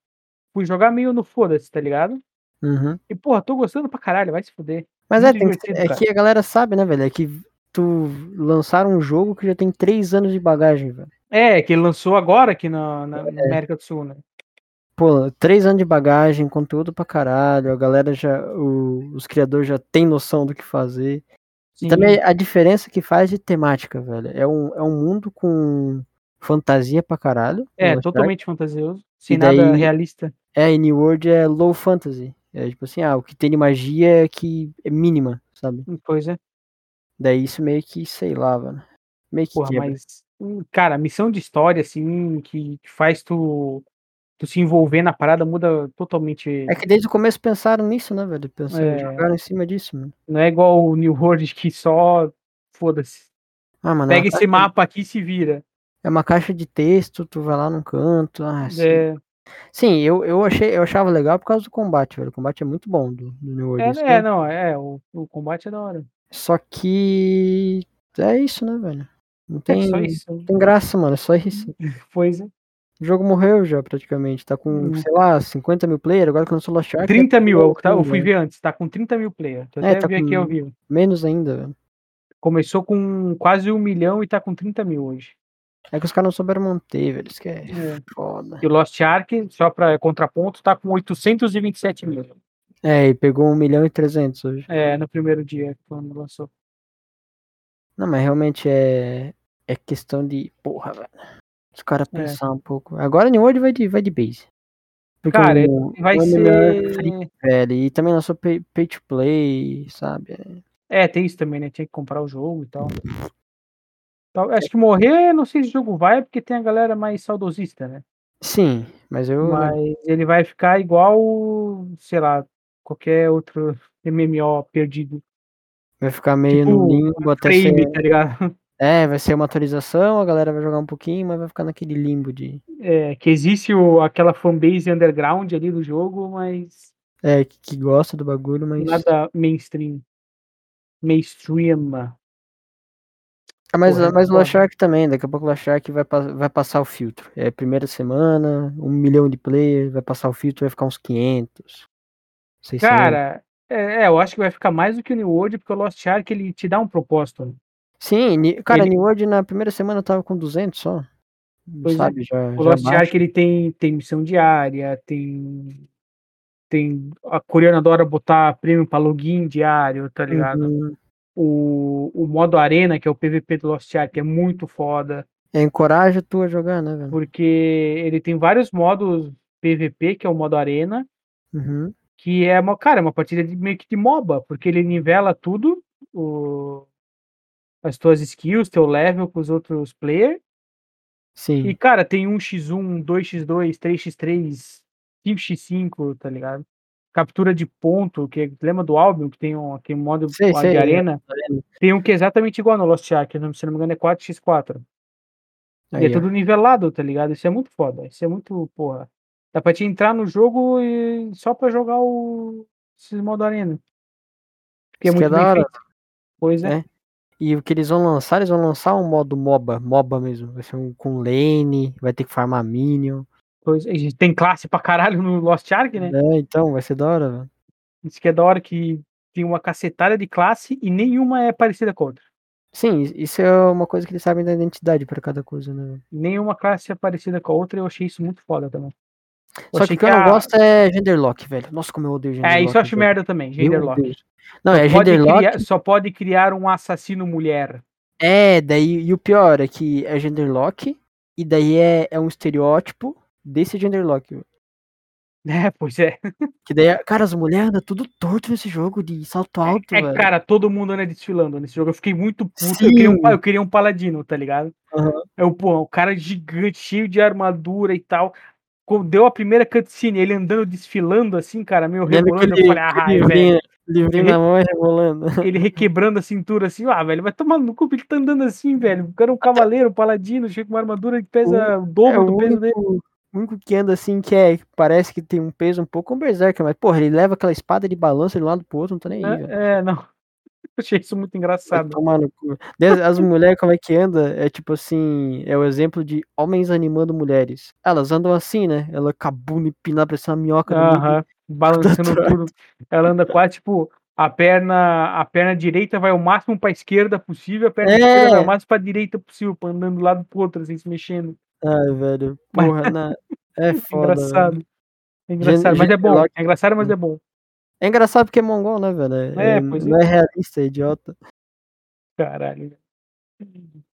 [SPEAKER 1] Fui jogar meio no foda-se, tá ligado?
[SPEAKER 2] Uhum.
[SPEAKER 1] E, porra, tô gostando pra caralho, vai se fuder.
[SPEAKER 2] Mas é,
[SPEAKER 1] Muito
[SPEAKER 2] tem que ser-
[SPEAKER 1] divertido,
[SPEAKER 2] é
[SPEAKER 1] cara.
[SPEAKER 2] que a galera sabe, né, velho? É que tu lançaram um jogo que já tem três anos de bagagem, velho.
[SPEAKER 1] É, que ele lançou agora aqui na, na-
[SPEAKER 2] É.
[SPEAKER 1] na América do Sul, né?
[SPEAKER 2] Pô, três anos de bagagem, conteúdo pra caralho, a galera já. o- os criadores já tem noção do que fazer. E
[SPEAKER 1] Sim,
[SPEAKER 2] também é a diferença que faz de temática, velho. É um, é um mundo com fantasia pra caralho.
[SPEAKER 1] é,
[SPEAKER 2] Lost Ark.
[SPEAKER 1] totalmente fantasioso, sem
[SPEAKER 2] E
[SPEAKER 1] nada
[SPEAKER 2] daí-
[SPEAKER 1] realista.
[SPEAKER 2] É, e New World é low fantasy. É tipo assim, ah, o que tem de magia é que é mínima, sabe?
[SPEAKER 1] Pois é,
[SPEAKER 2] Daí isso meio que, sei lá, velho. Meio que
[SPEAKER 1] porra,
[SPEAKER 2] quebra.
[SPEAKER 1] mas. hum, Cara, missão de história, assim, que, que faz tu, tu se envolver na parada muda totalmente.
[SPEAKER 2] É que desde o começo pensaram nisso, né, velho? Pensaram,
[SPEAKER 1] É.
[SPEAKER 2] jogaram em cima disso, mano.
[SPEAKER 1] Não é igual o New World que só foda-se.
[SPEAKER 2] Ah, mano, é uma
[SPEAKER 1] Pega esse
[SPEAKER 2] caixa-
[SPEAKER 1] mapa aqui e se vira.
[SPEAKER 2] é uma caixa de texto, tu vai lá num canto. Ah, sim.
[SPEAKER 1] É,
[SPEAKER 2] Sim, eu, eu achei, eu achava legal por causa do combate, velho. O combate é muito bom do, do New World.
[SPEAKER 1] é,
[SPEAKER 2] isso
[SPEAKER 1] é,
[SPEAKER 2] é-
[SPEAKER 1] não, é, o, o combate é da hora.
[SPEAKER 2] Só que é isso, né, velho? Não
[SPEAKER 1] É
[SPEAKER 2] tem,
[SPEAKER 1] só
[SPEAKER 2] não
[SPEAKER 1] isso.
[SPEAKER 2] tem graça, mano. É só isso.
[SPEAKER 1] Pois é.
[SPEAKER 2] O jogo morreu já praticamente. Tá com,
[SPEAKER 1] Hum.
[SPEAKER 2] sei lá, 50 mil players. Agora que lançou Lost Ark. é
[SPEAKER 1] 30 mil, eu, tá- eu
[SPEAKER 2] eu né?
[SPEAKER 1] fui ver antes, tá com 30 mil players. Tu
[SPEAKER 2] É,
[SPEAKER 1] até
[SPEAKER 2] tá
[SPEAKER 1] vi aqui
[SPEAKER 2] com-
[SPEAKER 1] ao vivo.
[SPEAKER 2] Menos ainda, velho.
[SPEAKER 1] Começou com quase um milhão e tá com 30 mil hoje.
[SPEAKER 2] É que os caras não souberam manter, velho. Isso que é
[SPEAKER 1] É.
[SPEAKER 2] foda.
[SPEAKER 1] E o Lost Ark, só pra contraponto, tá com 827 mil.
[SPEAKER 2] É, e pegou 1 milhão e 300 hoje.
[SPEAKER 1] É, no primeiro dia, quando lançou.
[SPEAKER 2] Não, mas realmente é, é questão de. Porra, velho. Os caras
[SPEAKER 1] É.
[SPEAKER 2] pensar um pouco. Agora New World vai de, vai de base. Porque
[SPEAKER 1] Cara,
[SPEAKER 2] o,
[SPEAKER 1] Vai
[SPEAKER 2] o é melhor free,
[SPEAKER 1] ser.
[SPEAKER 2] velho. E também lançou pay, pay to play, sabe?
[SPEAKER 1] É, tem isso também, né? Tinha que comprar o jogo e tal.
[SPEAKER 2] Uhum.
[SPEAKER 1] Tal- Acho que morrer, não sei se o jogo vai, porque tem a galera mais saudosista, né?
[SPEAKER 2] Sim, mas eu.
[SPEAKER 1] Mas ele vai ficar igual, sei lá, qualquer outro MMO perdido.
[SPEAKER 2] Vai ficar meio no
[SPEAKER 1] Tipo,
[SPEAKER 2] limbo até ser.
[SPEAKER 1] Frame, tá ligado?
[SPEAKER 2] É, vai ser uma atualização, a galera vai jogar um pouquinho, mas vai ficar naquele limbo de.
[SPEAKER 1] É, que existe o, aquela fanbase underground ali do jogo, mas
[SPEAKER 2] É, que, que gosta do bagulho, mas.
[SPEAKER 1] nada mainstream. Mainstream.
[SPEAKER 2] Ah, mas,
[SPEAKER 1] Porra,
[SPEAKER 2] mas o
[SPEAKER 1] foda.
[SPEAKER 2] Lost Ark também, daqui a pouco o Lost Ark vai, pa- vai passar o filtro. É primeira semana, um milhão de players, vai passar o filtro, vai ficar uns 500. 600.
[SPEAKER 1] Cara, é, é, eu acho que vai ficar mais do que o New World, porque o Lost Ark ele te dá um propósito. né?
[SPEAKER 2] Sim, ni- cara,
[SPEAKER 1] ele-
[SPEAKER 2] New World na primeira semana tava com 200 só.
[SPEAKER 1] Pois é.
[SPEAKER 2] sabe, já,
[SPEAKER 1] O
[SPEAKER 2] já
[SPEAKER 1] Lost
[SPEAKER 2] baixa.
[SPEAKER 1] Ark ele tem, tem missão diária, tem. Tem. A coreana adora botar prêmio pra login diário, tá ligado?
[SPEAKER 2] Uhum.
[SPEAKER 1] O, o modo arena, que é o PVP do Lost Ark, é muito foda,
[SPEAKER 2] É, encoraja tu a jogar, né, velho?
[SPEAKER 1] porque ele tem vários modos PVP, que é o modo arena,
[SPEAKER 2] Uhum.
[SPEAKER 1] que é uma, cara, é uma partida de, meio que de MOBA, porque ele nivela tudo, o, as tuas skills, teu level com os outros players.
[SPEAKER 2] Sim.
[SPEAKER 1] E, cara, tem 1x1, 2x2, 3x3, 5x5, tá ligado? Captura de ponto, que é, lembra do Albion, que tem um, aquele modo
[SPEAKER 2] Sei,
[SPEAKER 1] lá
[SPEAKER 2] sei, é,
[SPEAKER 1] de arena?
[SPEAKER 2] arena.
[SPEAKER 1] Tem um que é exatamente igual no Lost Ark, não- se não me engano é 4x4. E
[SPEAKER 2] Aí,
[SPEAKER 1] é
[SPEAKER 2] ó.
[SPEAKER 1] tudo nivelado, tá ligado? Isso é muito foda, isso é muito, porra. Dá pra te entrar no jogo e só pra jogar o... esses modo arena. Porque é
[SPEAKER 2] Isso que é
[SPEAKER 1] muito
[SPEAKER 2] da
[SPEAKER 1] bem
[SPEAKER 2] hora.
[SPEAKER 1] feito. Pois é.
[SPEAKER 2] É. E o que eles vão lançar, eles vão lançar um modo MOBA, MOBA mesmo. Vai ser um com lane, vai ter que farmar minion.
[SPEAKER 1] Pois é. E Tem classe pra caralho no Lost Ark, né?
[SPEAKER 2] É, então, vai ser da hora, velho.
[SPEAKER 1] Isso que é da hora que tem uma cacetada de classe e nenhuma é parecida com a outra.
[SPEAKER 2] Sim, i- isso é uma coisa que eles sabem da identidade pra cada coisa, né? velho?
[SPEAKER 1] Nenhuma classe é parecida com a outra, eu achei isso muito foda também. Eu
[SPEAKER 2] Só que
[SPEAKER 1] achei
[SPEAKER 2] o que eu não
[SPEAKER 1] a-
[SPEAKER 2] gosto é genderlock, velho. Nossa, como eu odeio genderlock.
[SPEAKER 1] É, isso eu acho
[SPEAKER 2] velho.
[SPEAKER 1] merda também,
[SPEAKER 2] Meu
[SPEAKER 1] genderlock.
[SPEAKER 2] Deus. Não, é
[SPEAKER 1] Pode
[SPEAKER 2] genderlock.
[SPEAKER 1] criar- só pode criar um assassino mulher.
[SPEAKER 2] É, daí. E o pior é que é genderlock. E daí é, é um estereótipo desse genderlock. velho.
[SPEAKER 1] É, pois é.
[SPEAKER 2] Que daí, é- cara, as mulheres andam tudo torto nesse jogo de salto alto,
[SPEAKER 1] É,
[SPEAKER 2] velho.
[SPEAKER 1] cara, todo mundo anda desfilando nesse jogo. Eu fiquei muito puto. Eu queria, um, pa-
[SPEAKER 2] Sim.
[SPEAKER 1] eu queria um paladino, tá ligado?
[SPEAKER 2] Aham.
[SPEAKER 1] Eu, pô, o cara gigante, cheio de armadura e tal. Quando deu a primeira cutscene, ele andando desfilando assim, cara, meio
[SPEAKER 2] Lembra
[SPEAKER 1] rebolando. Eu
[SPEAKER 2] aquele
[SPEAKER 1] falei, "Ah, ai,
[SPEAKER 2] aquele
[SPEAKER 1] velho.
[SPEAKER 2] livrinho, livrinho na mão e rebolando.
[SPEAKER 1] ele requebrando a cintura assim, ah, velho, vai tomar no cu, porque ele tá andando assim, velho. O cara é um cavaleiro, um paladino, chega com uma armadura que pesa o
[SPEAKER 2] É
[SPEAKER 1] dobro
[SPEAKER 2] o
[SPEAKER 1] do peso dele.
[SPEAKER 2] único, o único que anda assim que é, que parece que tem um peso um pouco um berserker, mas porra, ele leva aquela espada de balança de um lado pro outro, não tá nem aí, velho.
[SPEAKER 1] É, é, não. Eu achei isso muito
[SPEAKER 2] Vai
[SPEAKER 1] engraçado.
[SPEAKER 2] tomar no cu. Daí As mulheres, como é que anda? É tipo assim, é o exemplo de homens animando mulheres. Elas andam assim, né? Ela cabuna empinada, parece uma minhoca do mundo.
[SPEAKER 1] Aham, balançando
[SPEAKER 2] Tatuado.
[SPEAKER 1] tudo. Ela anda quase tipo a perna, a perna direita vai o máximo pra esquerda possível, a perna
[SPEAKER 2] É.
[SPEAKER 1] esquerda vai o máximo pra direita possível, pra andando do lado pro outro, assim, se mexendo.
[SPEAKER 2] Ai, velho,
[SPEAKER 1] Mas-
[SPEAKER 2] porra, na... é foda, velho.
[SPEAKER 1] engraçado. É engraçado, mas é bom.
[SPEAKER 2] Genderlock.
[SPEAKER 1] É engraçado, mas é bom.
[SPEAKER 2] É engraçado porque é mongol, né, velho? É-
[SPEAKER 1] É, pois é.
[SPEAKER 2] não é realista, é idiota.
[SPEAKER 1] Caralho.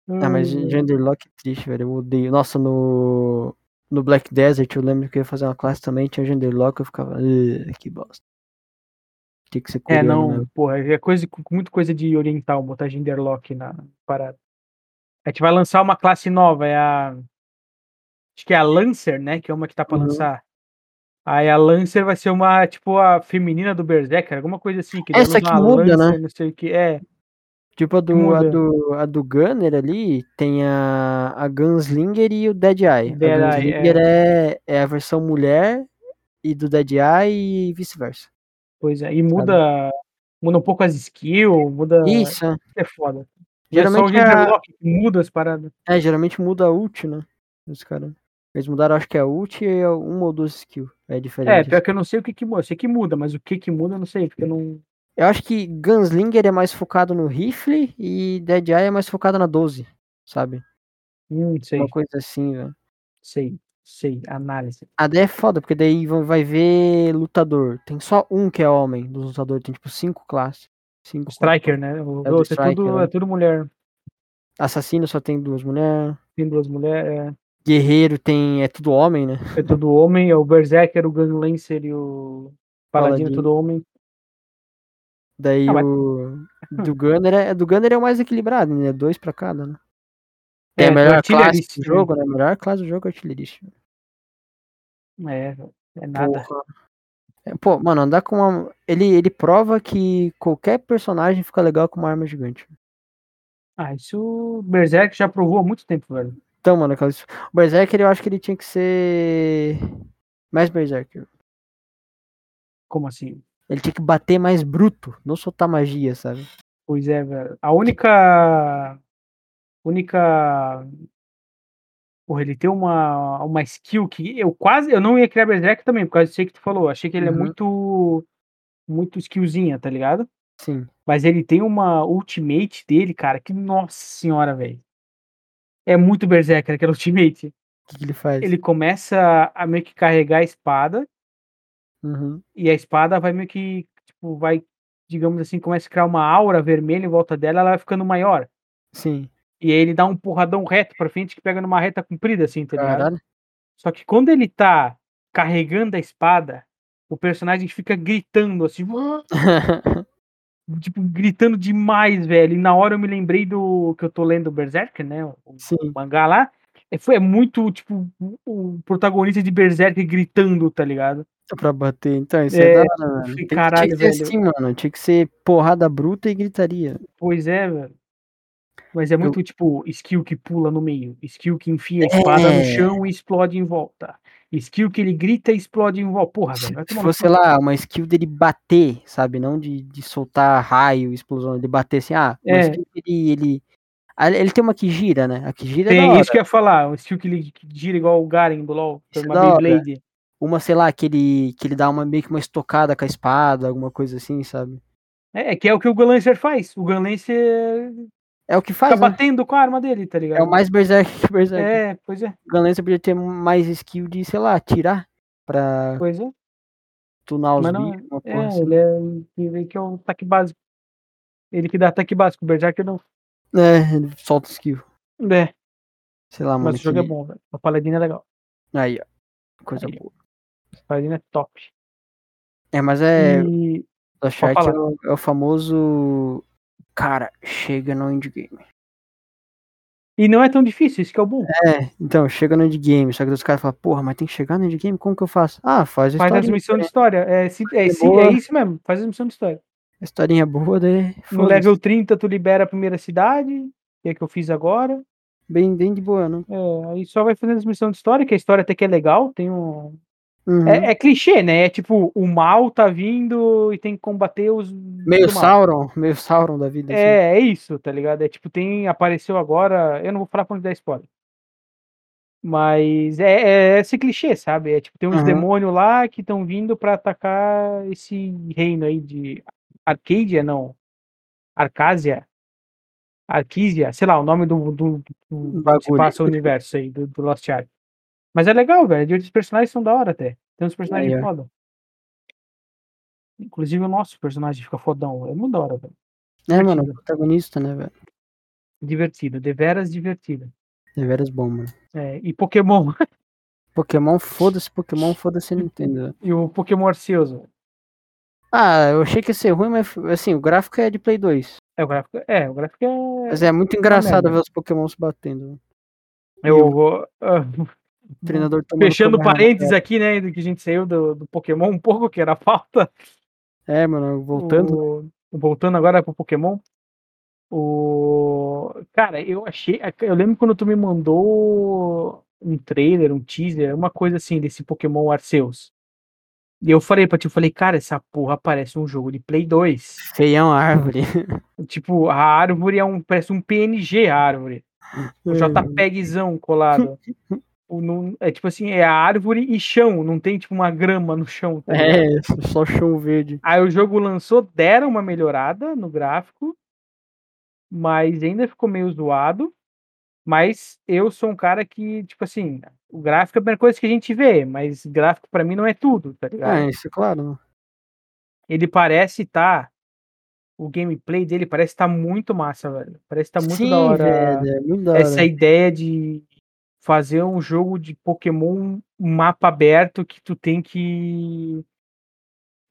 [SPEAKER 2] Ah, mas
[SPEAKER 1] Ai,
[SPEAKER 2] gen- Genderlock é triste, velho. Eu odeio. Nossa, no. No Black Desert, eu lembro que eu ia fazer uma classe também, tinha Genderlock, eu ficava. "Ugh, Que bosta. Tem que ser
[SPEAKER 1] É,
[SPEAKER 2] coreano,
[SPEAKER 1] não,
[SPEAKER 2] né?
[SPEAKER 1] porra, é coisa, com muito coisa de oriental, botar genderlock na parada. A gente vai lançar uma classe nova, é a. Acho que é a Lancer, né? Que é uma que tá pra
[SPEAKER 2] Uhum.
[SPEAKER 1] lançar. Aí a Lancer vai ser uma, tipo, a feminina do Berserker, alguma coisa assim, que
[SPEAKER 2] Essa
[SPEAKER 1] usa
[SPEAKER 2] que
[SPEAKER 1] uma
[SPEAKER 2] muda, né?
[SPEAKER 1] Lancer, não sei o que. É,
[SPEAKER 2] Tipo a do, a
[SPEAKER 1] muda.
[SPEAKER 2] do, a do Gunner ali, tem a, a Gunslinger e o Dead Eye. A
[SPEAKER 1] Dead Eye,
[SPEAKER 2] Gunslinger é, é a versão mulher e do Dead Eye e vice-versa.
[SPEAKER 1] Pois é, e
[SPEAKER 2] sabe?
[SPEAKER 1] muda. Muda um pouco as skills, muda.
[SPEAKER 2] Isso, é.
[SPEAKER 1] É foda. Não é só o
[SPEAKER 2] geralmente é a-
[SPEAKER 1] genderlock que muda as paradas.
[SPEAKER 2] É, geralmente muda a ult, né? Os caras. Eles mudaram, acho que é a ult e é uma ou duas skill. É
[SPEAKER 1] É,
[SPEAKER 2] diferente.
[SPEAKER 1] pior que eu não sei o que que muda. Eu sei que muda, mas o que que muda eu não sei, porque eu não.
[SPEAKER 2] Eu acho que Gunslinger é mais focado no rifle e Dead Eye é mais focado na 12, sabe?
[SPEAKER 1] Não
[SPEAKER 2] Uma
[SPEAKER 1] sei,
[SPEAKER 2] coisa assim, velho.
[SPEAKER 1] sei. sei, análise.
[SPEAKER 2] A daí é foda, porque daí vai- vai ver lutador. Tem só um que é homem dos lutadores, tem tipo cinco classes. Cinco
[SPEAKER 1] Striker, né? O
[SPEAKER 2] É
[SPEAKER 1] é,
[SPEAKER 2] do
[SPEAKER 1] é,
[SPEAKER 2] Striker,
[SPEAKER 1] tudo,
[SPEAKER 2] né?
[SPEAKER 1] é tudo mulher.
[SPEAKER 2] Assassino só tem duas mulheres.
[SPEAKER 1] Tem duas mulheres.
[SPEAKER 2] Guerreiro tem. É tudo homem, né?
[SPEAKER 1] É, é tudo homem. É o Berserker, o Gun Lancer e o Paladino, é
[SPEAKER 2] Paladino.
[SPEAKER 1] tudo homem.
[SPEAKER 2] Daí
[SPEAKER 1] Ah, mas-
[SPEAKER 2] o. Do Gunner é, do Gunner é o mais equilibrado, né? Dois pra cada, né? É, a
[SPEAKER 1] do
[SPEAKER 2] melhor classe
[SPEAKER 1] artilheirista,
[SPEAKER 2] do jogo, né? A melhor classe do jogo é artilheirista.
[SPEAKER 1] né? É, é nada.
[SPEAKER 2] Porra. É, pô, mano, andar com uma. Ele, ele prova que qualquer personagem fica legal com uma arma gigante.
[SPEAKER 1] Ah, isso o Berserk já provou há muito tempo, velho.
[SPEAKER 2] Então, mano, aquela... o Berserker eu acho que ele tinha que ser. Mais Berserker.
[SPEAKER 1] Como assim?
[SPEAKER 2] Ele tinha que bater mais bruto, não soltar magia, sabe?
[SPEAKER 1] Pois é, velho. A única. Única. Porra, ele tem uma, uma skill que eu quase. Eu não ia criar Berserk também, por causa disso aí que tu falou. Achei que ele é
[SPEAKER 2] Uhum.
[SPEAKER 1] muito. Muito skillzinha, tá ligado?
[SPEAKER 2] Sim.
[SPEAKER 1] Mas ele tem uma ultimate dele, cara, que nossa senhora, velho. É muito berserker aquela ultimate.
[SPEAKER 2] O que, que ele faz?
[SPEAKER 1] Ele começa a meio que carregar a espada
[SPEAKER 2] Uhum.
[SPEAKER 1] e a espada vai meio que, tipo, vai, digamos assim, começa a criar uma aura vermelha em volta dela, ela vai ficando maior.
[SPEAKER 2] Sim.
[SPEAKER 1] E aí ele dá um porradão reto pra frente que pega numa reta comprida assim, tá ligado?
[SPEAKER 2] Caralho.
[SPEAKER 1] Só que quando ele tá carregando a espada, o personagem fica gritando assim, "Uah!" tipo, gritando demais, velho. E na hora eu me lembrei do que eu tô lendo Berserk, né? O, o
[SPEAKER 2] Sim.
[SPEAKER 1] mangá lá. É, foi, é muito, tipo, o- o protagonista de Berserk gritando, tá ligado?
[SPEAKER 2] Pra bater, então, isso
[SPEAKER 1] É,
[SPEAKER 2] é, da hora, mano.
[SPEAKER 1] fiquei,
[SPEAKER 2] Tem que-
[SPEAKER 1] caralho,
[SPEAKER 2] tinha que ser
[SPEAKER 1] velho.
[SPEAKER 2] assim, mano. Tinha que ser porrada bruta e gritaria.
[SPEAKER 1] Pois é, velho. Mas é muito, tipo, skill que pula no meio, skill que enfia a espada
[SPEAKER 2] É.
[SPEAKER 1] no chão e explode em volta. Skill que ele grita e explode em volta. Porra,
[SPEAKER 2] Se,
[SPEAKER 1] Ah, velho. vai
[SPEAKER 2] se
[SPEAKER 1] tomar no
[SPEAKER 2] fosse, sei
[SPEAKER 1] cu.
[SPEAKER 2] lá, uma skill dele bater, sabe? Não de, de soltar raio, explosão, ele bater assim, ah, uma
[SPEAKER 1] É.
[SPEAKER 2] skill que ele, ele. Ah, Ele tem uma que gira, né? A que gira é da
[SPEAKER 1] Tem
[SPEAKER 2] hora.
[SPEAKER 1] isso que eu ia falar. Um skill que ele gira igual o Garen do LoL.
[SPEAKER 2] Isso é
[SPEAKER 1] Uma
[SPEAKER 2] da hora.
[SPEAKER 1] Beyblade.
[SPEAKER 2] Uma, sei lá, que ele, que ele dá uma, meio que uma estocada com a espada, alguma coisa assim, sabe?
[SPEAKER 1] É, que é o que o Gun Lancer faz. O Gun Lancer
[SPEAKER 2] É o que
[SPEAKER 1] fica
[SPEAKER 2] faz, né?
[SPEAKER 1] batendo com a arma dele, tá ligado?
[SPEAKER 2] É o mais berserk que berserk.
[SPEAKER 1] É, pois é,
[SPEAKER 2] O Galença podia ter mais skill de, sei lá, tirar pra
[SPEAKER 1] pois é.
[SPEAKER 2] tunar os
[SPEAKER 1] Mas não,
[SPEAKER 2] bichos, uma porra
[SPEAKER 1] É,
[SPEAKER 2] assim.
[SPEAKER 1] ele é ele vem que é um ataque básico. Ele que dá ataque básico, o Berserker não.
[SPEAKER 2] É, ele solta skill.
[SPEAKER 1] É,
[SPEAKER 2] Sei lá, mano.
[SPEAKER 1] mas o jogo é
[SPEAKER 2] que-
[SPEAKER 1] bom, velho. A Paladina é legal.
[SPEAKER 2] Aí, ó. Coisa
[SPEAKER 1] Aí.
[SPEAKER 2] boa.
[SPEAKER 1] A Paladina é top.
[SPEAKER 2] É, mas é.
[SPEAKER 1] E
[SPEAKER 2] O chat
[SPEAKER 1] falar.
[SPEAKER 2] é o, é o famoso. Cara, chega no endgame.
[SPEAKER 1] E não é tão difícil, isso que é o bom.
[SPEAKER 2] É, então, chega no endgame. Só que os caras falam, porra, mas tem que chegar no endgame? Como que eu faço? Ah, faz a
[SPEAKER 1] Faz
[SPEAKER 2] historinha.
[SPEAKER 1] as missões de história. É, se- é, se-
[SPEAKER 2] boa.
[SPEAKER 1] é isso mesmo, faz as missões de história.
[SPEAKER 2] A historinha é boa, daí.
[SPEAKER 1] No
[SPEAKER 2] foda-se.
[SPEAKER 1] level 30, tu libera a primeira cidade, que é que eu fiz agora.
[SPEAKER 2] Bem, bem de boa, né?
[SPEAKER 1] É, aí só vai fazendo as missões de história, que a história até que é legal. Tem um,
[SPEAKER 2] Uhum.
[SPEAKER 1] É, é clichê, né? É tipo, o mal tá vindo e tem que combater os.
[SPEAKER 2] Meio
[SPEAKER 1] do mal.
[SPEAKER 2] Sauron, meio Sauron da vida. assim.
[SPEAKER 1] É, é isso, tá ligado? É tipo, tem. Apareceu agora. Eu não vou falar pra não dar spoiler. Mas é, é esse clichê, sabe? É tipo, tem uns
[SPEAKER 2] Aham.
[SPEAKER 1] demônios lá que estão vindo pra atacar esse reino aí de. Arcadia, não. Arcásia? Arquísia, sei lá, o nome do, do, do
[SPEAKER 2] assim, um Bagulho.
[SPEAKER 1] que se passa o universo aí, do, do Lost Ark. Mas é legal, velho. Os personagens são da hora até. Tem uns personagens
[SPEAKER 2] Aí, ó.
[SPEAKER 1] foda. Inclusive o nosso personagem fica fodão. É muito da hora, velho.
[SPEAKER 2] É, mano, o
[SPEAKER 1] divertido.
[SPEAKER 2] protagonista, né, velho?
[SPEAKER 1] Divertido, deveras divertido.
[SPEAKER 2] Deveras bom, mano.
[SPEAKER 1] É, e Pokémon.
[SPEAKER 2] né? Pokémon, foda-se, Pokémon, foda-se, Nintendo. velho.
[SPEAKER 1] E o Pokémon Arceus. velho.
[SPEAKER 2] Ah, eu achei que ia ser ruim, mas assim, o gráfico é de Play 2.
[SPEAKER 1] É, o gráfico, é, o gráfico é.
[SPEAKER 2] Mas é muito engraçado
[SPEAKER 1] merda.
[SPEAKER 2] ver os Pokémon se batendo. velho.
[SPEAKER 1] Eu vou. ah,
[SPEAKER 2] O treinador tomando
[SPEAKER 1] fechando
[SPEAKER 2] Kamehameha.
[SPEAKER 1] parênteses aqui, né? Do que a gente saiu do, do Pokémon um pouco, que era a falta.
[SPEAKER 2] É, mano, voltando.
[SPEAKER 1] O- voltando agora pro Pokémon. O. Cara, eu achei. Eu lembro quando tu me mandou um trailer, um teaser, uma coisa assim desse Pokémon Arceus. E eu falei pra ti, eu falei, cara, essa porra parece um jogo de Play 2.
[SPEAKER 2] Feião a árvore.
[SPEAKER 1] Tipo, a árvore é um. Parece um PNG a árvore.
[SPEAKER 2] Uhum.
[SPEAKER 1] Um JPEGzão colado. O não- é tipo assim, é árvore e chão, não tem tipo uma grama no chão. tá ligado?
[SPEAKER 2] É, só chão verde.
[SPEAKER 1] Aí o jogo lançou, deram uma melhorada no gráfico, mas ainda ficou meio zoado. Mas eu sou um cara que, tipo assim, o gráfico é a primeira coisa que a gente vê, mas gráfico pra mim não é tudo, tá ligado?
[SPEAKER 2] É, isso, claro.
[SPEAKER 1] Ele parece tá. O gameplay dele parece tá muito massa, velho. Parece tá muito
[SPEAKER 2] Sim,
[SPEAKER 1] da hora
[SPEAKER 2] velho, é muito da hora.
[SPEAKER 1] essa ideia de fazer um jogo de Pokémon um mapa aberto que tu tem que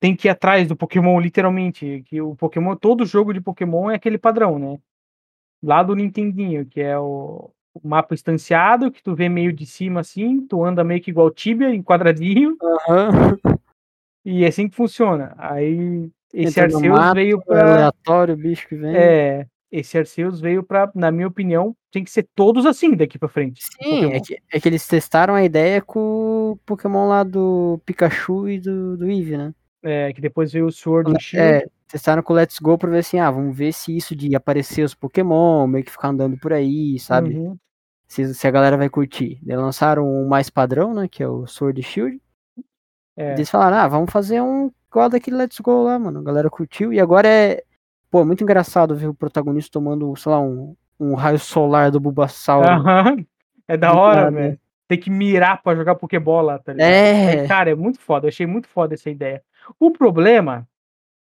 [SPEAKER 1] tem que ir atrás do Pokémon literalmente, que o Pokémon, todo jogo de Pokémon é aquele padrão, né? Lá do Nintendinho, que é o, o mapa instanciado, que tu vê meio de cima assim, tu anda meio que igual Tibia em quadradinho,
[SPEAKER 2] Aham.
[SPEAKER 1] e é assim que funciona. Aí esse
[SPEAKER 2] Entra no
[SPEAKER 1] Arceus
[SPEAKER 2] mato,
[SPEAKER 1] veio
[SPEAKER 2] É
[SPEAKER 1] pra
[SPEAKER 2] aleatório o bicho que vem.
[SPEAKER 1] É, esse Arceus veio pra, na minha opinião, tem que ser todos assim daqui pra frente.
[SPEAKER 2] Sim, é
[SPEAKER 1] Pokémon.
[SPEAKER 2] que, é que eles testaram a ideia com o Pokémon lá do Pikachu e do, do Eevee, né?
[SPEAKER 1] É, que depois veio o Sword and Shield.
[SPEAKER 2] É, testaram com o Let's Go pra ver assim, ah, vamos ver se isso de aparecer os Pokémon, meio que ficar andando por aí, sabe?
[SPEAKER 1] Uhum.
[SPEAKER 2] Se, se a galera vai curtir. Daí lançaram o mais padrão, né? Que é o Sword e Shield.
[SPEAKER 1] É.
[SPEAKER 2] Eles falaram, ah, vamos fazer um igual daquele Let's Go lá, mano. A galera curtiu. E agora é. Pô, muito engraçado ver o protagonista tomando, sei lá, um, um raio solar do Bulbasaur.
[SPEAKER 1] Aham. É da
[SPEAKER 2] Do
[SPEAKER 1] hora,
[SPEAKER 2] nada.
[SPEAKER 1] velho. Tem que mirar pra jogar Pokébola, tá ligado?
[SPEAKER 2] né? É!
[SPEAKER 1] Cara, é muito foda. Eu achei muito foda essa ideia. O problema.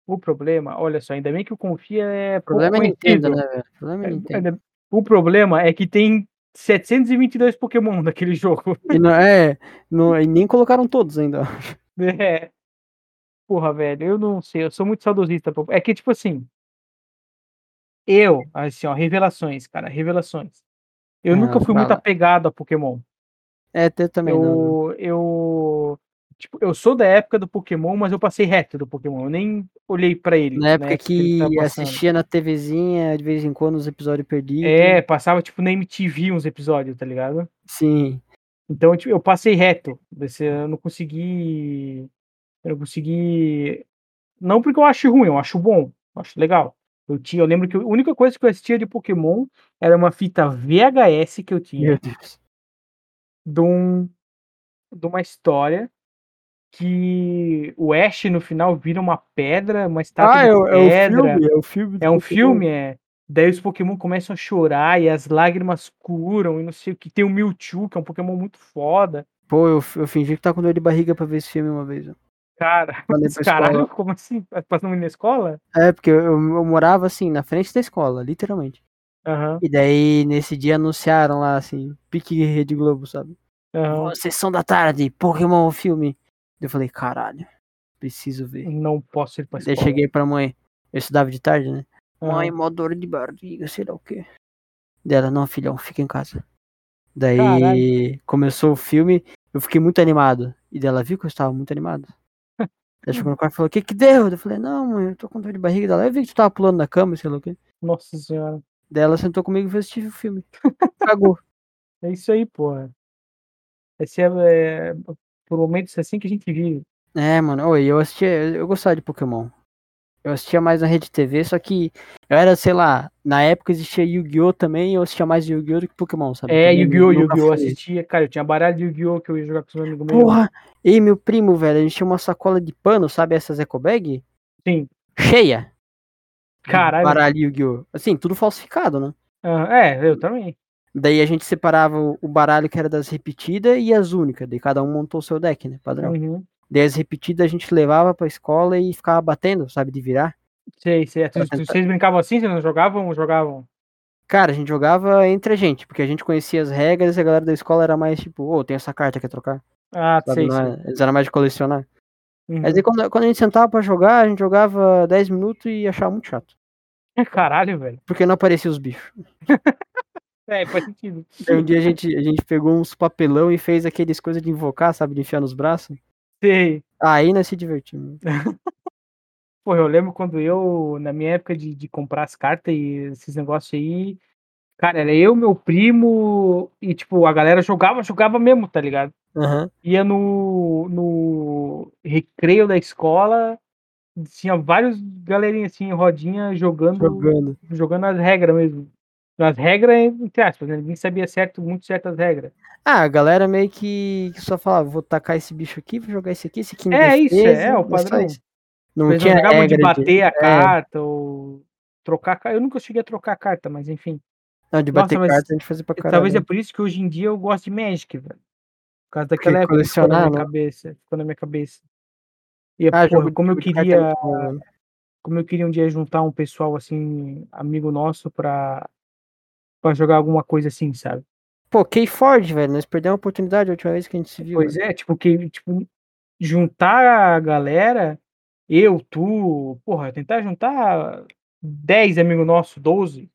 [SPEAKER 1] O problema, olha só, ainda bem que o Confia é.
[SPEAKER 2] O problema é
[SPEAKER 1] pouco
[SPEAKER 2] Nintendo,
[SPEAKER 1] conhecido.
[SPEAKER 2] né, velho? O problema é Nintendo.
[SPEAKER 1] Ainda- O problema é que tem 722 Pokémon naquele jogo.
[SPEAKER 2] E não, é, não, e nem colocaram todos ainda. ó.
[SPEAKER 1] É. Porra, velho, eu não sei, eu sou muito saudosista. pô. É que, tipo assim, eu, assim, ó, revelações, cara, revelações. Eu
[SPEAKER 2] Ah,
[SPEAKER 1] nunca fui muito
[SPEAKER 2] fala.
[SPEAKER 1] apegado a Pokémon.
[SPEAKER 2] É, até também não. né?
[SPEAKER 1] Eu, eu, tipo, eu sou da época do Pokémon, mas eu passei reto do Pokémon. Eu nem olhei pra ele. né, tipo,
[SPEAKER 2] Na época
[SPEAKER 1] ele
[SPEAKER 2] que
[SPEAKER 1] tava passando.
[SPEAKER 2] assistia na TVzinha, de vez em quando, os episódios perdidos.
[SPEAKER 1] É, passava, tipo, na MTV uns episódios, tá ligado?
[SPEAKER 2] Sim.
[SPEAKER 1] Então, tipo, eu passei reto. desse- Eu não consegui. Eu não consegui. Não porque eu acho ruim, eu acho bom, eu acho legal. Eu, tinha, eu lembro que a única coisa que eu assistia de Pokémon era uma fita VHS que eu tinha
[SPEAKER 2] Meu Deus.
[SPEAKER 1] de, um, de uma história que o Ash no final vira uma pedra, uma estátua
[SPEAKER 2] Ah, é,
[SPEAKER 1] de
[SPEAKER 2] o- é o
[SPEAKER 1] pedra.
[SPEAKER 2] filme, é o filme. do
[SPEAKER 1] É um
[SPEAKER 2] Pokémon.
[SPEAKER 1] filme, é. Daí os Pokémon começam a chorar e as lágrimas curam e não sei o que. Tem o Mewtwo, que é um Pokémon muito foda.
[SPEAKER 2] Pô, eu, eu fingi que tá com dor de barriga pra ver esse filme uma vez. ó.
[SPEAKER 1] Cara,
[SPEAKER 2] Mandei
[SPEAKER 1] mas
[SPEAKER 2] pra
[SPEAKER 1] caralho,
[SPEAKER 2] escola.
[SPEAKER 1] como assim? Passando na escola?
[SPEAKER 2] É, porque eu, eu morava assim, na frente da escola, literalmente.
[SPEAKER 1] Aham,
[SPEAKER 2] E daí, nesse dia, anunciaram lá, assim, pique Rede Globo, sabe?
[SPEAKER 1] aham.
[SPEAKER 2] Sessão da tarde, Pokémon filme. Eu falei, caralho, preciso ver.
[SPEAKER 1] Não posso ir pra
[SPEAKER 2] Daí
[SPEAKER 1] escola.
[SPEAKER 2] cheguei pra mãe. Eu estudava de tarde, né?
[SPEAKER 1] Aham.
[SPEAKER 2] Mãe, mó dor de barriga, sei lá o quê. Dela, não, filhão, fica em casa. Daí começou o filme, eu fiquei muito animado. E dela viu que eu estava muito animado. Ela chegou no quarto e falou, o que que deu? Eu falei, não, mãe, eu tô com dor de barriga. Dela, eu vi que tu tava pulando na cama, sei lá o quê.
[SPEAKER 1] Nossa senhora.
[SPEAKER 2] Daí ela sentou comigo e fez assistir o filme. Cagou.
[SPEAKER 1] É isso aí, porra. Esse é, é por momentos assim que a gente vive.
[SPEAKER 2] É, mano, oi, eu assistia, eu gostava de Pokémon. Eu assistia mais na Rede TV, só que eu era, sei lá, na época existia Yu-Gi-Oh! também, eu assistia mais Yu-Gi-Oh! do que Pokémon, sabe?
[SPEAKER 1] É,
[SPEAKER 2] Também
[SPEAKER 1] Yu-Gi-Oh!
[SPEAKER 2] Tá nunca
[SPEAKER 1] Yu-Gi-Oh! Eu
[SPEAKER 2] fui-
[SPEAKER 1] assistia, cara, eu tinha baralho de Yu-Gi-Oh! que eu ia jogar com os meus amigos meus.
[SPEAKER 2] Porra! Ei, meu primo, velho, a gente tinha uma sacola de pano, sabe essas eco bag?
[SPEAKER 1] Sim,
[SPEAKER 2] Cheia! de
[SPEAKER 1] caralho.
[SPEAKER 2] Baralho Yu-Gi-Oh! Assim, tudo falsificado, né?
[SPEAKER 1] Aham, É, eu também.
[SPEAKER 2] Daí a gente separava o o baralho que era das repetidas e as únicas, daí cada um montou seu deck, né, padrão.
[SPEAKER 1] Uhum.
[SPEAKER 2] Daí as repetidas a gente levava pra escola e ficava batendo, sabe, de virar.
[SPEAKER 1] Sei, sei.
[SPEAKER 2] Pra
[SPEAKER 1] Tu- tu- Vocês brincavam assim? Vocês não jogavam ou jogavam?
[SPEAKER 2] Cara, a gente jogava entre a gente, porque a gente conhecia as regras e a galera da escola era mais tipo, ô, tem essa carta, quer trocar?
[SPEAKER 1] Ah,
[SPEAKER 2] Sabe,
[SPEAKER 1] sei,
[SPEAKER 2] não
[SPEAKER 1] sei.
[SPEAKER 2] é- Eles eram mais de colecionar.
[SPEAKER 1] Uhum.
[SPEAKER 2] Mas é aí quando, quando a gente sentava pra jogar, a gente jogava 10 minutos e achava muito chato.
[SPEAKER 1] Caralho, velho.
[SPEAKER 2] Porque não apareciam os bichos.
[SPEAKER 1] É, faz sentido.
[SPEAKER 2] Aí um dia a gente, a gente pegou uns papelão e fez aqueles coisas de invocar, sabe, de enfiar nos braços.
[SPEAKER 1] Sei.
[SPEAKER 2] Aí nós se divertimos.
[SPEAKER 1] Pô, eu lembro quando eu, na minha época de, de comprar as cartas e esses negócios aí, cara, era eu, meu primo e, tipo, a galera jogava, jogava mesmo, tá ligado?
[SPEAKER 2] Aham.
[SPEAKER 1] ia no, no recreio da escola, tinha vários galerinhas assim, em rodinha, jogando, jogando,
[SPEAKER 2] Jogando.
[SPEAKER 1] as regras mesmo. As regras, entre aspas, né? ninguém sabia certo, muito certas regras.
[SPEAKER 2] Ah, a galera meio que que só falava, vou tacar esse bicho aqui, vou jogar esse aqui, esse aqui em
[SPEAKER 1] É isso,
[SPEAKER 2] defesa",
[SPEAKER 1] é, é o
[SPEAKER 2] só
[SPEAKER 1] padrão.
[SPEAKER 2] isso. Não
[SPEAKER 1] Eles não
[SPEAKER 2] tinha
[SPEAKER 1] jogavam de
[SPEAKER 2] regra de... é.
[SPEAKER 1] bater a carta ou trocar a carta. Eu nunca cheguei a trocar a carta, mas enfim.
[SPEAKER 2] Não, de
[SPEAKER 1] Nossa,
[SPEAKER 2] bater
[SPEAKER 1] mas
[SPEAKER 2] cartas a gente fazia pra caralho.
[SPEAKER 1] Talvez é por isso que hoje em dia eu gosto de Magic, velho. Por causa daquela
[SPEAKER 2] Porque
[SPEAKER 1] época que ficou na minha
[SPEAKER 2] colecionar, né?
[SPEAKER 1] cabeça. Ficou na minha cabeça. E,
[SPEAKER 2] Ah,
[SPEAKER 1] porra,
[SPEAKER 2] jogo de-
[SPEAKER 1] como eu
[SPEAKER 2] de carta é
[SPEAKER 1] queria.
[SPEAKER 2] muito bom, né?
[SPEAKER 1] Como eu queria um dia juntar um pessoal assim, amigo nosso, pra, pra jogar alguma coisa assim, sabe?
[SPEAKER 2] Pô, Key Ford, velho, nós perdemos a oportunidade a última vez que a gente se viu.
[SPEAKER 1] Pois
[SPEAKER 2] velho.
[SPEAKER 1] é, tipo, que tipo, juntar a galera, eu, tu, porra, tentar juntar 10 amigos nossos, 12,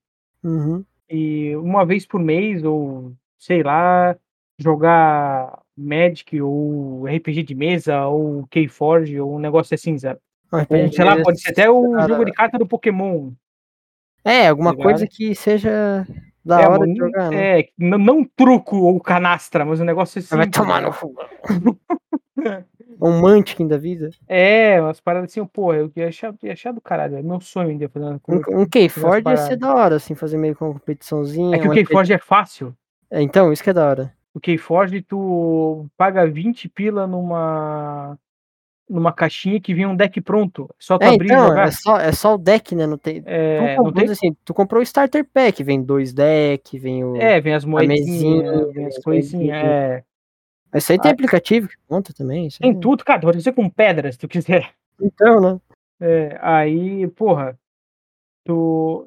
[SPEAKER 2] Uhum.
[SPEAKER 1] e uma vez por mês, ou sei lá, jogar Magic, ou RPG de mesa, ou Keyforge, ou um negócio assim, sabe?
[SPEAKER 2] Mas pra
[SPEAKER 1] Ou,
[SPEAKER 2] gente
[SPEAKER 1] sei lá,
[SPEAKER 2] ver
[SPEAKER 1] pode ser
[SPEAKER 2] se-
[SPEAKER 1] até o
[SPEAKER 2] cara,
[SPEAKER 1] jogo de carta do Pokémon.
[SPEAKER 2] É, alguma
[SPEAKER 1] ligado?
[SPEAKER 2] coisa que seja da
[SPEAKER 1] é,
[SPEAKER 2] hora
[SPEAKER 1] mano,
[SPEAKER 2] de jogar, né?
[SPEAKER 1] é, não, não truco ou canastra, mas um negócio assim.
[SPEAKER 2] Vai tomar no cu. um Munchkin da vida.
[SPEAKER 1] É, umas paradas assim, pô, eu ia achar, ia achar do caralho, é meu sonho ainda fazendo com
[SPEAKER 2] Um, um K-Ford ia
[SPEAKER 1] paradas.
[SPEAKER 2] ser da hora, assim, fazer meio que uma competiçãozinha.
[SPEAKER 1] É que o
[SPEAKER 2] um
[SPEAKER 1] Keyforge é fácil.
[SPEAKER 2] É, Então, isso que é da hora.
[SPEAKER 1] O Keyforge tu paga 20 pila numa numa caixinha que vem um deck pronto, só tu
[SPEAKER 2] É,
[SPEAKER 1] abrir e
[SPEAKER 2] então,
[SPEAKER 1] jogar.
[SPEAKER 2] é só, é só o deck, né? Não tem. Tu,
[SPEAKER 1] É,
[SPEAKER 2] comprou,
[SPEAKER 1] não tem-
[SPEAKER 2] assim, tu comprou o starter pack, vem dois deck, vem o.
[SPEAKER 1] é, vem as moedinhas,
[SPEAKER 2] mesinha,
[SPEAKER 1] vem as
[SPEAKER 2] as
[SPEAKER 1] coisinhas,
[SPEAKER 2] moedinhas.
[SPEAKER 1] é.
[SPEAKER 2] Mas isso aí tem
[SPEAKER 1] Ah.
[SPEAKER 2] aplicativo que conta também. Isso aí
[SPEAKER 1] Tem tudo, cara, pode ser com pedra, se tu quiser.
[SPEAKER 2] Então, né?
[SPEAKER 1] É, aí, porra, tu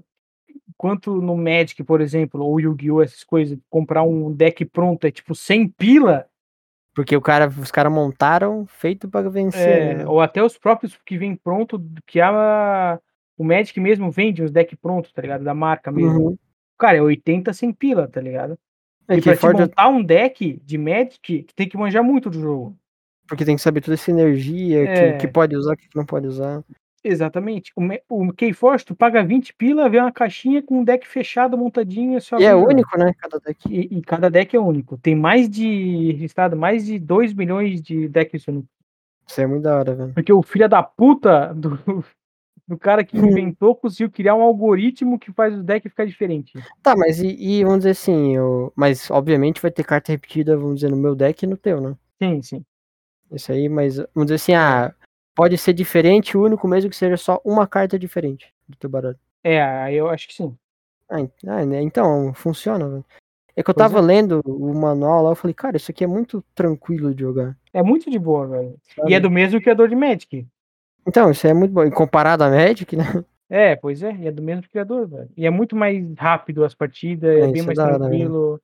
[SPEAKER 1] quanto no Magic, por exemplo, ou Yu-Gi-Oh, essas coisas, comprar um deck pronto é tipo 100 pila.
[SPEAKER 2] Porque o cara, os caras montaram feito pra vencer.
[SPEAKER 1] É,
[SPEAKER 2] né?
[SPEAKER 1] ou até os próprios que vem pronto, que a, o Magic mesmo vende os decks prontos, tá ligado? Da marca mesmo.
[SPEAKER 2] Uhum.
[SPEAKER 1] Cara, é 80 sem pila, tá ligado?
[SPEAKER 2] É
[SPEAKER 1] e
[SPEAKER 2] que
[SPEAKER 1] pra te
[SPEAKER 2] Ford,
[SPEAKER 1] montar um deck de Magic, tu tem que manjar muito do jogo.
[SPEAKER 2] porque tem que saber toda essa energia,
[SPEAKER 1] É.
[SPEAKER 2] que, que pode usar, que não pode usar.
[SPEAKER 1] Exatamente. O, Me- o Keyforce, tu paga 20 pila, vem uma caixinha com um deck fechado, montadinho, só
[SPEAKER 2] E é
[SPEAKER 1] pro jogo.
[SPEAKER 2] único, né? Cada deck.
[SPEAKER 1] E, e cada deck é único. Tem mais de registrado, mais de 2 milhões de decks únicos.
[SPEAKER 2] Isso é muito da hora, velho.
[SPEAKER 1] Porque o filho da puta do, do cara que inventou conseguiu criar um algoritmo que faz o deck ficar diferente.
[SPEAKER 2] Tá, mas e, e vamos dizer assim, eu... mas obviamente vai ter carta repetida, vamos dizer, no meu deck e no teu, né?
[SPEAKER 1] Sim, sim.
[SPEAKER 2] Isso aí, mas vamos dizer assim, ah, pode ser diferente, único mesmo que seja só uma carta diferente do teu baralho.
[SPEAKER 1] É, aí eu acho que sim.
[SPEAKER 2] Ah, en- ah, né, então, funciona, velho. É que eu
[SPEAKER 1] Pois
[SPEAKER 2] tava lendo o manual lá, eu falei, cara, isso aqui é muito tranquilo de jogar.
[SPEAKER 1] É muito de boa, velho.
[SPEAKER 2] sabe?
[SPEAKER 1] E é do mesmo criador de Magic.
[SPEAKER 2] Então, isso aí é muito bom. E comparado a Magic, né?
[SPEAKER 1] É, pois é, e é do mesmo criador, velho. E é muito mais rápido as partidas,
[SPEAKER 2] É,
[SPEAKER 1] é, bem
[SPEAKER 2] isso é
[SPEAKER 1] mais
[SPEAKER 2] da hora,
[SPEAKER 1] tranquilo.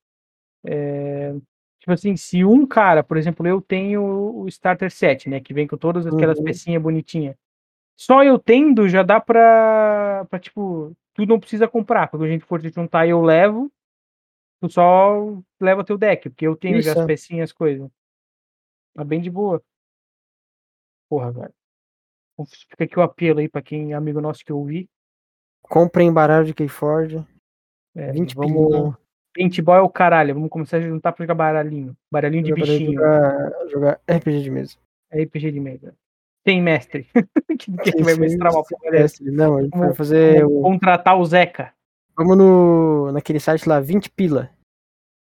[SPEAKER 1] É, Tipo assim, se um cara, por exemplo, eu tenho o starter set, né? Que vem com todas aquelas
[SPEAKER 2] Uhum.
[SPEAKER 1] pecinhas bonitinhas. Só eu tendo já dá pra, pra tipo, tu não precisa comprar. Quando a gente for te juntar, eu levo. Tu só leva teu deck, porque eu tenho já
[SPEAKER 2] Isso. é.
[SPEAKER 1] as pecinhas, as coisas. Tá bem de boa. Porra, velho. Então Fica aqui o apelo aí pra quem é amigo nosso que eu vi.
[SPEAKER 2] Comprem baralho de Keyforge.
[SPEAKER 1] É,
[SPEAKER 2] 20
[SPEAKER 1] vamos...
[SPEAKER 2] pilinha.
[SPEAKER 1] Paintball é o caralho. Vamos começar a juntar pra jogar baralhinho. Baralhinho de
[SPEAKER 2] pra poder
[SPEAKER 1] bichinho.
[SPEAKER 2] Jogar, jogar RPG de mesa.
[SPEAKER 1] É RPG de mesa. Tem mestre. Quem é que vai
[SPEAKER 2] Isso aí,
[SPEAKER 1] mestrar uma
[SPEAKER 2] isso
[SPEAKER 1] porra
[SPEAKER 2] é
[SPEAKER 1] dessa?
[SPEAKER 2] mestre. Não, a gente vai
[SPEAKER 1] Vamos-
[SPEAKER 2] fazer.
[SPEAKER 1] Vamos
[SPEAKER 2] é o-
[SPEAKER 1] contratar o Zeca.
[SPEAKER 2] Vamos no, naquele site lá, 20 pila.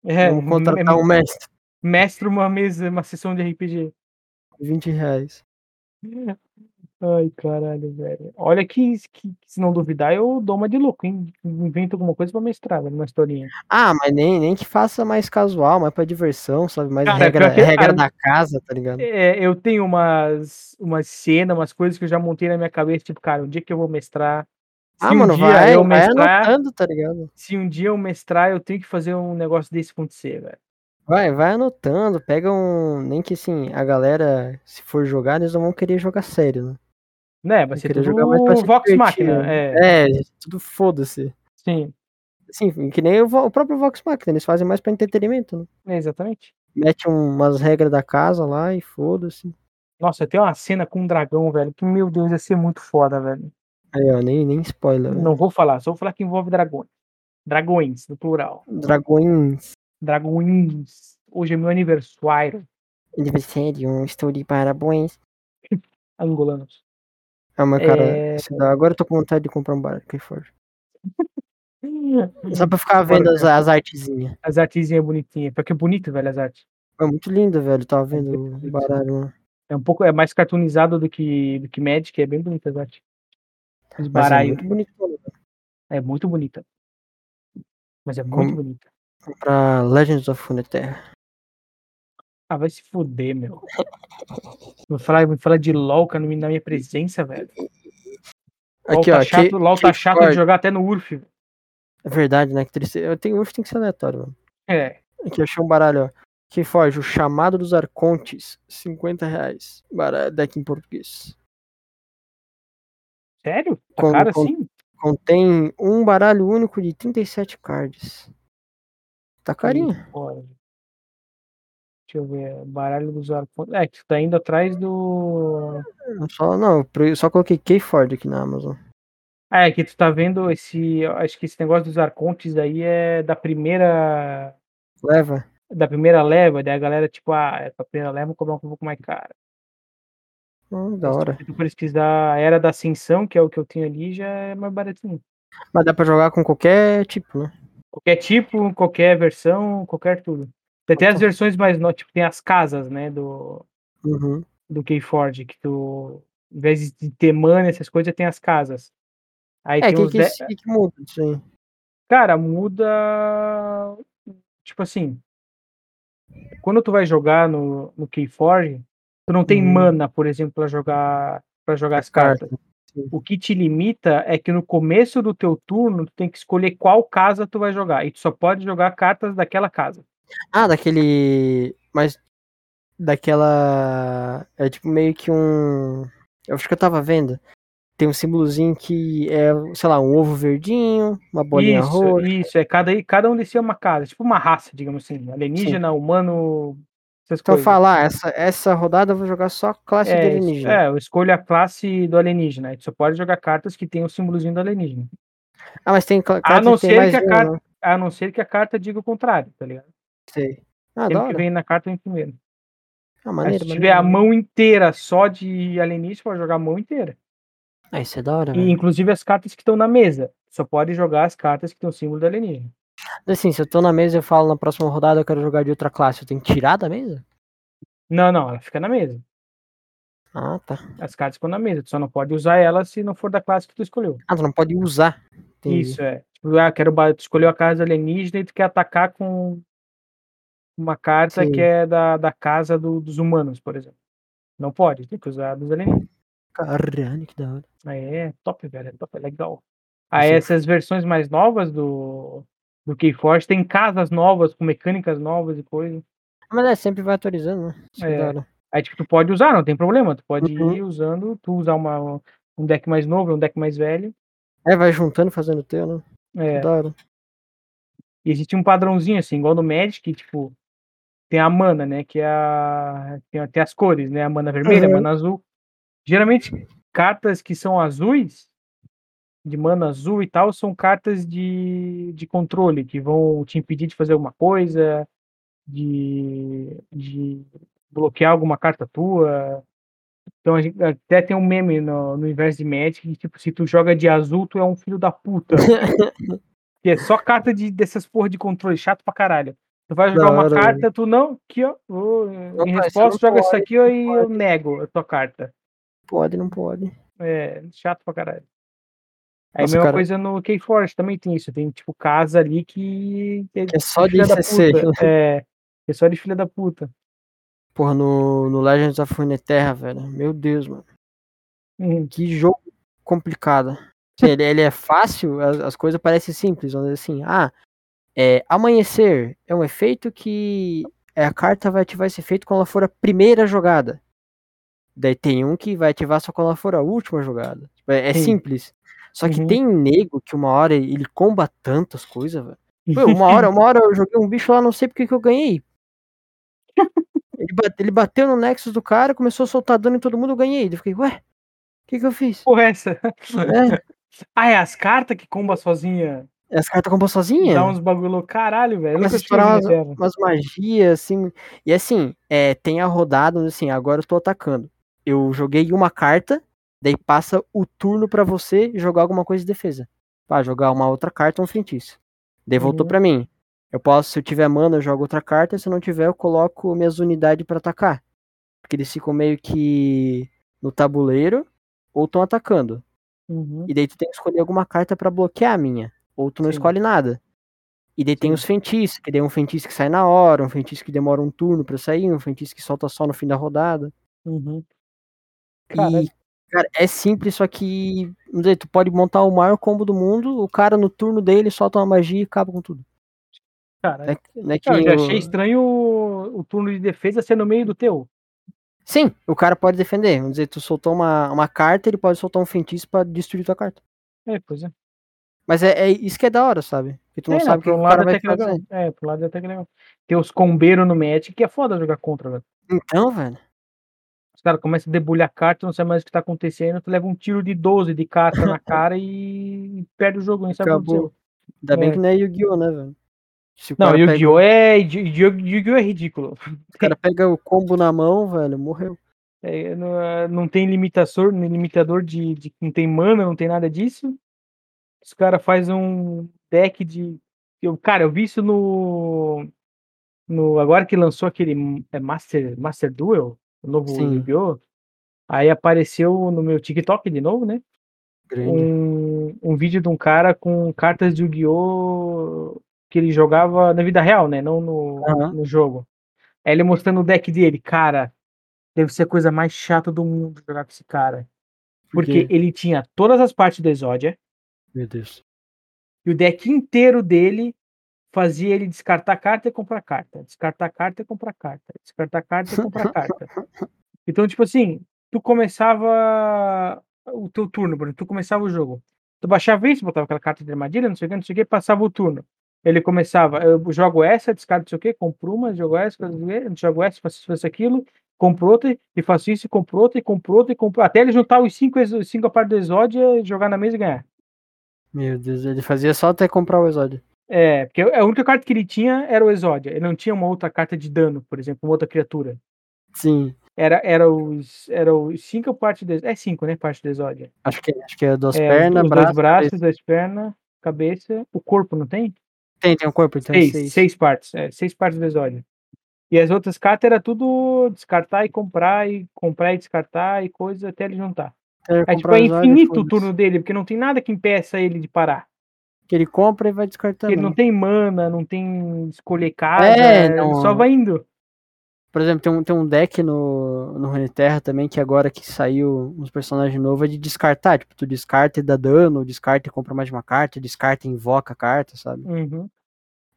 [SPEAKER 1] É,
[SPEAKER 2] Vamos contratar
[SPEAKER 1] me-
[SPEAKER 2] um mestre.
[SPEAKER 1] mestre uma mesa, uma sessão de RPG.
[SPEAKER 2] 20 reais.
[SPEAKER 1] Ai, caralho, velho. Olha que, que- que se não duvidar, eu dou uma de louco, hein? Invento alguma coisa pra mestrar, velho, uma historinha.
[SPEAKER 2] Ah, mas nem, nem que faça mais casual, mais pra diversão, sabe? Mais
[SPEAKER 1] Cara,
[SPEAKER 2] regra,
[SPEAKER 1] pior que-
[SPEAKER 2] regra
[SPEAKER 1] a-
[SPEAKER 2] da casa, tá ligado?
[SPEAKER 1] É, eu tenho umas, umas cenas, umas coisas que eu já montei na minha cabeça, tipo, cara, um dia que eu vou mestrar. Se
[SPEAKER 2] Ah,
[SPEAKER 1] um
[SPEAKER 2] mano,
[SPEAKER 1] dia
[SPEAKER 2] vai,
[SPEAKER 1] eu
[SPEAKER 2] vai
[SPEAKER 1] mestrar,
[SPEAKER 2] anotando, tá ligado?
[SPEAKER 1] se um dia eu mestrar, eu tenho que fazer um negócio desse acontecer, velho.
[SPEAKER 2] Vai, vai anotando, pega um. Nem que assim, a galera, se for jogar, eles não vão querer jogar sério, né?
[SPEAKER 1] Né? Vai
[SPEAKER 2] Vão
[SPEAKER 1] ser
[SPEAKER 2] querer
[SPEAKER 1] tudo
[SPEAKER 2] jogar mais pra se
[SPEAKER 1] Vox
[SPEAKER 2] divertir.
[SPEAKER 1] Machina.
[SPEAKER 2] né?
[SPEAKER 1] É,
[SPEAKER 2] é tudo foda-se.
[SPEAKER 1] sim,
[SPEAKER 2] Assim, que nem o, vo- o próprio Vox Machina, eles fazem mais pra entretenimento, né?
[SPEAKER 1] é, exatamente.
[SPEAKER 2] Mete um, umas regras da casa lá e foda-se.
[SPEAKER 1] Nossa, tem uma cena com um dragão, velho, que, meu Deus, ia ser muito foda, velho.
[SPEAKER 2] Aí, ó, nem, nem spoiler, né? velho.
[SPEAKER 1] Não vou falar, só vou falar que envolve dragões. Dragões, no plural.
[SPEAKER 2] Dragões.
[SPEAKER 1] Dragões. Hoje é meu aniversário,
[SPEAKER 2] Aniversário, estou de um parabéns.
[SPEAKER 1] angolanos.
[SPEAKER 2] Ah, mas cara,
[SPEAKER 1] É.
[SPEAKER 2] esse da- agora eu tô com vontade de comprar um baralho que for.
[SPEAKER 1] Uhum.
[SPEAKER 2] Só pra ficar
[SPEAKER 1] Agora
[SPEAKER 2] vendo
[SPEAKER 1] eu
[SPEAKER 2] as, as artezinhas.
[SPEAKER 1] As artezinhas bonitinhas. Porque é bonito, velho, as artes.
[SPEAKER 2] É muito lindo, velho. Tava vendo
[SPEAKER 1] bonito,
[SPEAKER 2] o baralho. lá.
[SPEAKER 1] É um pouco é mais cartoonizado do que do que Magic, é bem bonita as artes. Os
[SPEAKER 2] Mas é
[SPEAKER 1] baralhos.
[SPEAKER 2] muito bonito.
[SPEAKER 1] É muito bonita. Mas é
[SPEAKER 2] Com-
[SPEAKER 1] muito bonita.
[SPEAKER 2] Pra Legends of Runeterra.
[SPEAKER 1] Ah, vai se fuder, meu. Vou falar, vou falar de LOL cara, não me- na minha presença, velho. LOL
[SPEAKER 2] Aqui,
[SPEAKER 1] tá
[SPEAKER 2] ó.
[SPEAKER 1] chato,
[SPEAKER 2] que-
[SPEAKER 1] LOL tá
[SPEAKER 2] que
[SPEAKER 1] chato
[SPEAKER 2] Discord.
[SPEAKER 1] de jogar até no URF. velho.
[SPEAKER 2] É verdade, né? Que tristeza. Eu tenho hoje tem que ser aleatório, mano.
[SPEAKER 1] É,
[SPEAKER 2] Aqui, achei um baralho, ó. Que foge, o chamado dos arcontes. 50 reais. Baralho, deck em português.
[SPEAKER 1] sério? Tá
[SPEAKER 2] Com-
[SPEAKER 1] cara
[SPEAKER 2] com-
[SPEAKER 1] assim?
[SPEAKER 2] Contém um baralho único de 37 cards. Tá carinho.
[SPEAKER 1] Ih, bora. Deixa eu ver. Baralho dos arcontes. É, que tu tá indo atrás do.
[SPEAKER 2] Eu Só, não, eu pre- só coloquei K-Ford aqui na Amazon.
[SPEAKER 1] Ah, é que tu tá vendo esse. Acho que esse negócio dos arcontes aí é da primeira.
[SPEAKER 2] Leva.
[SPEAKER 1] Da primeira leva, daí a galera, tipo, ah, é pra primeira leva, vou cobrar um pouco mais caro.
[SPEAKER 2] Ah, da
[SPEAKER 1] Se
[SPEAKER 2] hora.
[SPEAKER 1] tu pesquisar a Era da Ascensão, que é o que eu tenho ali, já é mais baratinho.
[SPEAKER 2] Mas dá pra jogar com qualquer tipo, né?
[SPEAKER 1] Qualquer tipo, qualquer versão, qualquer tudo. Tem até as
[SPEAKER 2] Então.
[SPEAKER 1] versões mais novas, tipo, tem as casas, né, do,
[SPEAKER 2] Uhum.
[SPEAKER 1] do Keyforge, que tu, em vez de ter mana, essas coisas, tem as casas. Aí
[SPEAKER 2] É,
[SPEAKER 1] tem
[SPEAKER 2] que,
[SPEAKER 1] os
[SPEAKER 2] que,
[SPEAKER 1] de-
[SPEAKER 2] que, que muda isso aí?
[SPEAKER 1] Cara, muda. Tipo assim. Quando tu vai jogar no, no Keyforge, tu não tem
[SPEAKER 2] Uhum.
[SPEAKER 1] mana, por exemplo, pra jogar, pra jogar as cartas. O que te limita é que no começo do teu turno, tu tem que escolher qual casa tu vai jogar. E tu só pode jogar cartas daquela casa.
[SPEAKER 2] Ah, daquele. Mas. Daquela. É tipo meio que um. Eu acho que eu tava vendo. Tem um símbolozinho que é, sei lá, um ovo verdinho, uma bolinha
[SPEAKER 1] isso,
[SPEAKER 2] roxa.
[SPEAKER 1] isso. É cada, cada um desses é uma casa. Tipo uma raça, digamos assim. Alienígena, humano, essas
[SPEAKER 2] Então
[SPEAKER 1] coisas.
[SPEAKER 2] falar, essa, essa rodada eu vou jogar só classe de
[SPEAKER 1] É, isso-
[SPEAKER 2] alienígena.
[SPEAKER 1] é, eu escolho a classe do alienígena. Aí tu só pode jogar cartas que tem o símbolozinho do alienígena.
[SPEAKER 2] Ah, mas tem cla- carta
[SPEAKER 1] não
[SPEAKER 2] que tem
[SPEAKER 1] ser
[SPEAKER 2] mais
[SPEAKER 1] que a
[SPEAKER 2] de um,
[SPEAKER 1] carta-
[SPEAKER 2] né?
[SPEAKER 1] A não ser que a carta diga o contrário, tá ligado?
[SPEAKER 2] Sei. Ah, da
[SPEAKER 1] Sempre que
[SPEAKER 2] hora.
[SPEAKER 1] vem na carta vem primeiro.
[SPEAKER 2] Ah,
[SPEAKER 1] Aí
[SPEAKER 2] maneiro,
[SPEAKER 1] se tiver a
[SPEAKER 2] maneiro.
[SPEAKER 1] mão inteira só de alienígena, pode jogar a mão inteira.
[SPEAKER 2] Ah, isso é da hora,
[SPEAKER 1] E,
[SPEAKER 2] velho.
[SPEAKER 1] inclusive as cartas que estão na mesa. Só pode jogar as cartas que tem o símbolo do alienígena.
[SPEAKER 2] Assim, se eu tô na mesa e eu falo na próxima rodada eu quero jogar de outra classe, eu tenho que tirar da mesa?
[SPEAKER 1] Não, não, ela fica na mesa.
[SPEAKER 2] Ah, tá.
[SPEAKER 1] As cartas ficam na mesa. Tu só não pode usar ela se não for da classe que tu escolheu.
[SPEAKER 2] Ah, tu não pode usar. Entendi.
[SPEAKER 1] Isso é. Tipo, ah, quero ba- tu escolheu a casa alienígena e tu quer atacar com uma carta
[SPEAKER 2] Sim.
[SPEAKER 1] que é da, da casa do- dos humanos, por exemplo. Não pode, tem que usar a dos alienígenas.
[SPEAKER 2] Caralho, que da hora.
[SPEAKER 1] Aí é top, velho. É top, é legal.
[SPEAKER 2] Eu
[SPEAKER 1] Aí
[SPEAKER 2] sempre-
[SPEAKER 1] essas versões mais novas do, do Keyforge tem casas novas, com mecânicas novas e coisa.
[SPEAKER 2] Mas é, sempre vai atualizando, né? Isso é,
[SPEAKER 1] É.
[SPEAKER 2] da hora.
[SPEAKER 1] Aí, tipo, tu pode usar, não tem problema. Tu pode
[SPEAKER 2] Uhum.
[SPEAKER 1] ir usando, tu usar uma, um deck mais novo, um deck mais velho.
[SPEAKER 2] É, vai juntando, fazendo o teu, né?
[SPEAKER 1] É.
[SPEAKER 2] Da hora.
[SPEAKER 1] E existe um padrãozinho, assim, igual no Magic, que, tipo, tem a mana, né? Que é a. Tem até as cores, né? A mana vermelha, a
[SPEAKER 2] Uhum.
[SPEAKER 1] mana azul. Geralmente, cartas que são azuis, de mana azul e tal, são cartas de, de controle, que vão te impedir de fazer alguma coisa, de, de bloquear alguma carta tua. Então, a gente, até tem um meme no, no universo de Magic que, tipo, se tu joga de azul, tu é um filho da puta. que é só carta de, dessas porra de controle, chato pra caralho. Tu vai jogar
[SPEAKER 2] Da
[SPEAKER 1] uma
[SPEAKER 2] hora,
[SPEAKER 1] carta, tu não, aqui ó, ô,
[SPEAKER 2] Opa,
[SPEAKER 1] em
[SPEAKER 2] isso
[SPEAKER 1] resposta,
[SPEAKER 2] não
[SPEAKER 1] joga isso
[SPEAKER 2] pode,
[SPEAKER 1] aqui ó,
[SPEAKER 2] não
[SPEAKER 1] e eu nego a tua carta.
[SPEAKER 2] Pode, não pode.
[SPEAKER 1] É, chato pra caralho. Aí a
[SPEAKER 2] Nossa,
[SPEAKER 1] mesma
[SPEAKER 2] cara.
[SPEAKER 1] coisa no Keyforge também tem isso. Tem tipo casa ali que.
[SPEAKER 2] Que é só de
[SPEAKER 1] filha da
[SPEAKER 2] ICC.
[SPEAKER 1] puta. É, é só de filha da puta.
[SPEAKER 2] Porra, no, no Legends of Runeterra, velho. Meu Deus, mano.
[SPEAKER 1] Uhum.
[SPEAKER 2] Que jogo complicado. Assim, Ele, ele é fácil, as, as coisas parecem simples. Onde assim, ah, é, amanhecer é um efeito que é, a carta vai ativar esse efeito quando ela for a primeira jogada. Daí tem um que vai ativar só quando ela for a última jogada. É, é
[SPEAKER 1] Sim.
[SPEAKER 2] simples. Só que
[SPEAKER 1] Uhum.
[SPEAKER 2] tem um nego que uma hora ele comba tantas coisas, velho. Pô, uma hora, uma hora eu joguei um bicho lá, não sei porque que eu ganhei. Ele, ba- ele bateu no Nexus do cara, começou a soltar dano em todo mundo, eu ganhei. Eu fiquei, ué, o que que eu fiz?
[SPEAKER 1] Porra, essa.
[SPEAKER 2] É,
[SPEAKER 1] Ah, é as cartas que comba sozinha.
[SPEAKER 2] as cartas compram sozinha?
[SPEAKER 1] Dá uns bagulho louco. caralho, velho. Eu nunca
[SPEAKER 2] Começa a
[SPEAKER 1] tinha
[SPEAKER 2] estourar
[SPEAKER 1] ouvido
[SPEAKER 2] umas,
[SPEAKER 1] terra.
[SPEAKER 2] umas magias, assim. E assim, é, tem a rodada, assim, agora eu tô atacando. Eu joguei uma carta, daí passa o turno pra você jogar alguma coisa de defesa. Pra jogar uma outra carta, um feitiço. Daí voltou
[SPEAKER 1] Uhum.
[SPEAKER 2] pra mim. Eu posso, se eu tiver mana, eu jogo outra carta. Se eu não tiver, eu coloco minhas unidades pra atacar. Porque eles ficam meio que no tabuleiro ou estão atacando.
[SPEAKER 1] Uhum.
[SPEAKER 2] E daí tu tem que escolher alguma carta pra bloquear a minha. Ou tu não
[SPEAKER 1] Sim.
[SPEAKER 2] escolhe nada. E daí tem os feitiços, que daí é um feitiço que sai na hora, um feitiço que demora um turno pra sair, um feitiço que solta só no fim da rodada.
[SPEAKER 1] Uhum. Cara,
[SPEAKER 2] E, cara, é simples, só que, não sei, tu pode montar o maior combo do mundo, o cara no turno dele solta uma magia e acaba com tudo.
[SPEAKER 1] cara,
[SPEAKER 2] Não é- não é que
[SPEAKER 1] eu já
[SPEAKER 2] o-
[SPEAKER 1] achei estranho o, o turno de defesa ser no meio do teu.
[SPEAKER 2] Sim, o cara pode defender. Vamos dizer, tu soltou uma, uma carta, ele pode soltar um feitiço pra destruir tua carta.
[SPEAKER 1] É, pois é.
[SPEAKER 2] Mas é, é isso que é da hora, sabe? Que tu não
[SPEAKER 1] é,
[SPEAKER 2] sabe o que
[SPEAKER 1] pro
[SPEAKER 2] que o
[SPEAKER 1] lado
[SPEAKER 2] cara
[SPEAKER 1] até
[SPEAKER 2] vai
[SPEAKER 1] que é
[SPEAKER 2] fazer.
[SPEAKER 1] legal. É, pro lado até que é legal. Tem os combeiros no match, que é foda jogar contra, velho.
[SPEAKER 2] Então, velho.
[SPEAKER 1] Os caras começam a debulhar carta, não sabe mais o que tá acontecendo, tu leva um tiro de 12 de carta na cara e perde o jogo, não sabe o que
[SPEAKER 2] Acabou.
[SPEAKER 1] aconteceu.
[SPEAKER 2] Ainda
[SPEAKER 1] É.
[SPEAKER 2] bem que não é Yu-Gi-Oh, né, velho? Se o
[SPEAKER 1] Não,
[SPEAKER 2] cara, pega, um.
[SPEAKER 1] Yu-Gi-Oh! É, Yu- Yu- Yu-Gi-Oh! é ridículo.
[SPEAKER 2] o cara pega o combo na mão, velho, morreu.
[SPEAKER 1] É, não, é, não tem limitação, limitador de, de- Não tem mana, não tem nada disso. Os caras fazem um deck de. Eu, cara, eu vi isso no. no agora que lançou aquele é, Master, Master Duel, o novo
[SPEAKER 2] Sim.
[SPEAKER 1] Yu-Gi-Oh! Aí apareceu no meu TikTok de novo, né?
[SPEAKER 2] Grande.
[SPEAKER 1] Um, um vídeo de um cara com cartas de Yu-Gi-Oh! que ele jogava na vida real, né? Não no,
[SPEAKER 2] Aham.
[SPEAKER 1] no jogo. Aí ele mostrando o deck dele, cara. Deve ser a coisa mais chata do mundo jogar com esse cara.
[SPEAKER 2] Por
[SPEAKER 1] Porque
[SPEAKER 2] quê?
[SPEAKER 1] ele tinha todas as partes do Exodia
[SPEAKER 2] Meu Deus.
[SPEAKER 1] e o deck inteiro dele fazia ele descartar carta e comprar carta, descartar carta e comprar carta, descartar carta e comprar carta. Então, tipo assim, tu começava o teu turno, Bruno, tu começava o jogo. Tu baixava isso, botava aquela carta de armadilha, não sei o que, não sei o que, passava o turno. Ele começava, eu jogo essa, descarto não sei o que, compro uma, jogo essa, faço isso, jogo essa, faço isso, faço aquilo, compro outra, e faço isso, e compro outra, e compro outra, e compro... Até ele juntar os cinco, exo- cinco a parte do exódio, jogar na mesa e ganhar.
[SPEAKER 2] Meu Deus, ele fazia só até comprar o Exódio.
[SPEAKER 1] É, porque a única carta que ele tinha era o Exódia. Ele não tinha uma outra carta de dano, por exemplo, uma outra criatura.
[SPEAKER 2] Sim,
[SPEAKER 1] Era, era os. Era os cinco parte do É cinco, né? Parte do Exódia.
[SPEAKER 2] acho que, acho que é duas
[SPEAKER 1] É, os-
[SPEAKER 2] pernas,
[SPEAKER 1] os
[SPEAKER 2] braço.
[SPEAKER 1] dois braços, duas pernas, cabeça. O corpo não tem?
[SPEAKER 2] Tem, tem um corpo, então é
[SPEAKER 1] seis,
[SPEAKER 2] seis.
[SPEAKER 1] seis partes. É, seis partes do Exódia. E as outras cartas era tudo descartar e comprar, e comprar e descartar e coisa até ele juntar.
[SPEAKER 2] Tem que
[SPEAKER 1] É tipo,
[SPEAKER 2] comprar
[SPEAKER 1] é
[SPEAKER 2] o Exódio,
[SPEAKER 1] infinito o
[SPEAKER 2] foda-se.
[SPEAKER 1] turno dele, porque não tem nada que impeça ele de parar.
[SPEAKER 2] Que ele compra e vai descartando.
[SPEAKER 1] Ele não
[SPEAKER 2] né?
[SPEAKER 1] tem mana, não tem escolher casa,
[SPEAKER 2] É,
[SPEAKER 1] ele
[SPEAKER 2] não-
[SPEAKER 1] só vai indo.
[SPEAKER 2] Por exemplo, tem um, tem um deck no, no Runeterra também, que agora que saiu uns personagens novos, é de descartar. Tipo, tu descarta e dá dano, descarta e compra mais uma carta, descarta e invoca a carta, sabe?
[SPEAKER 1] Uhum.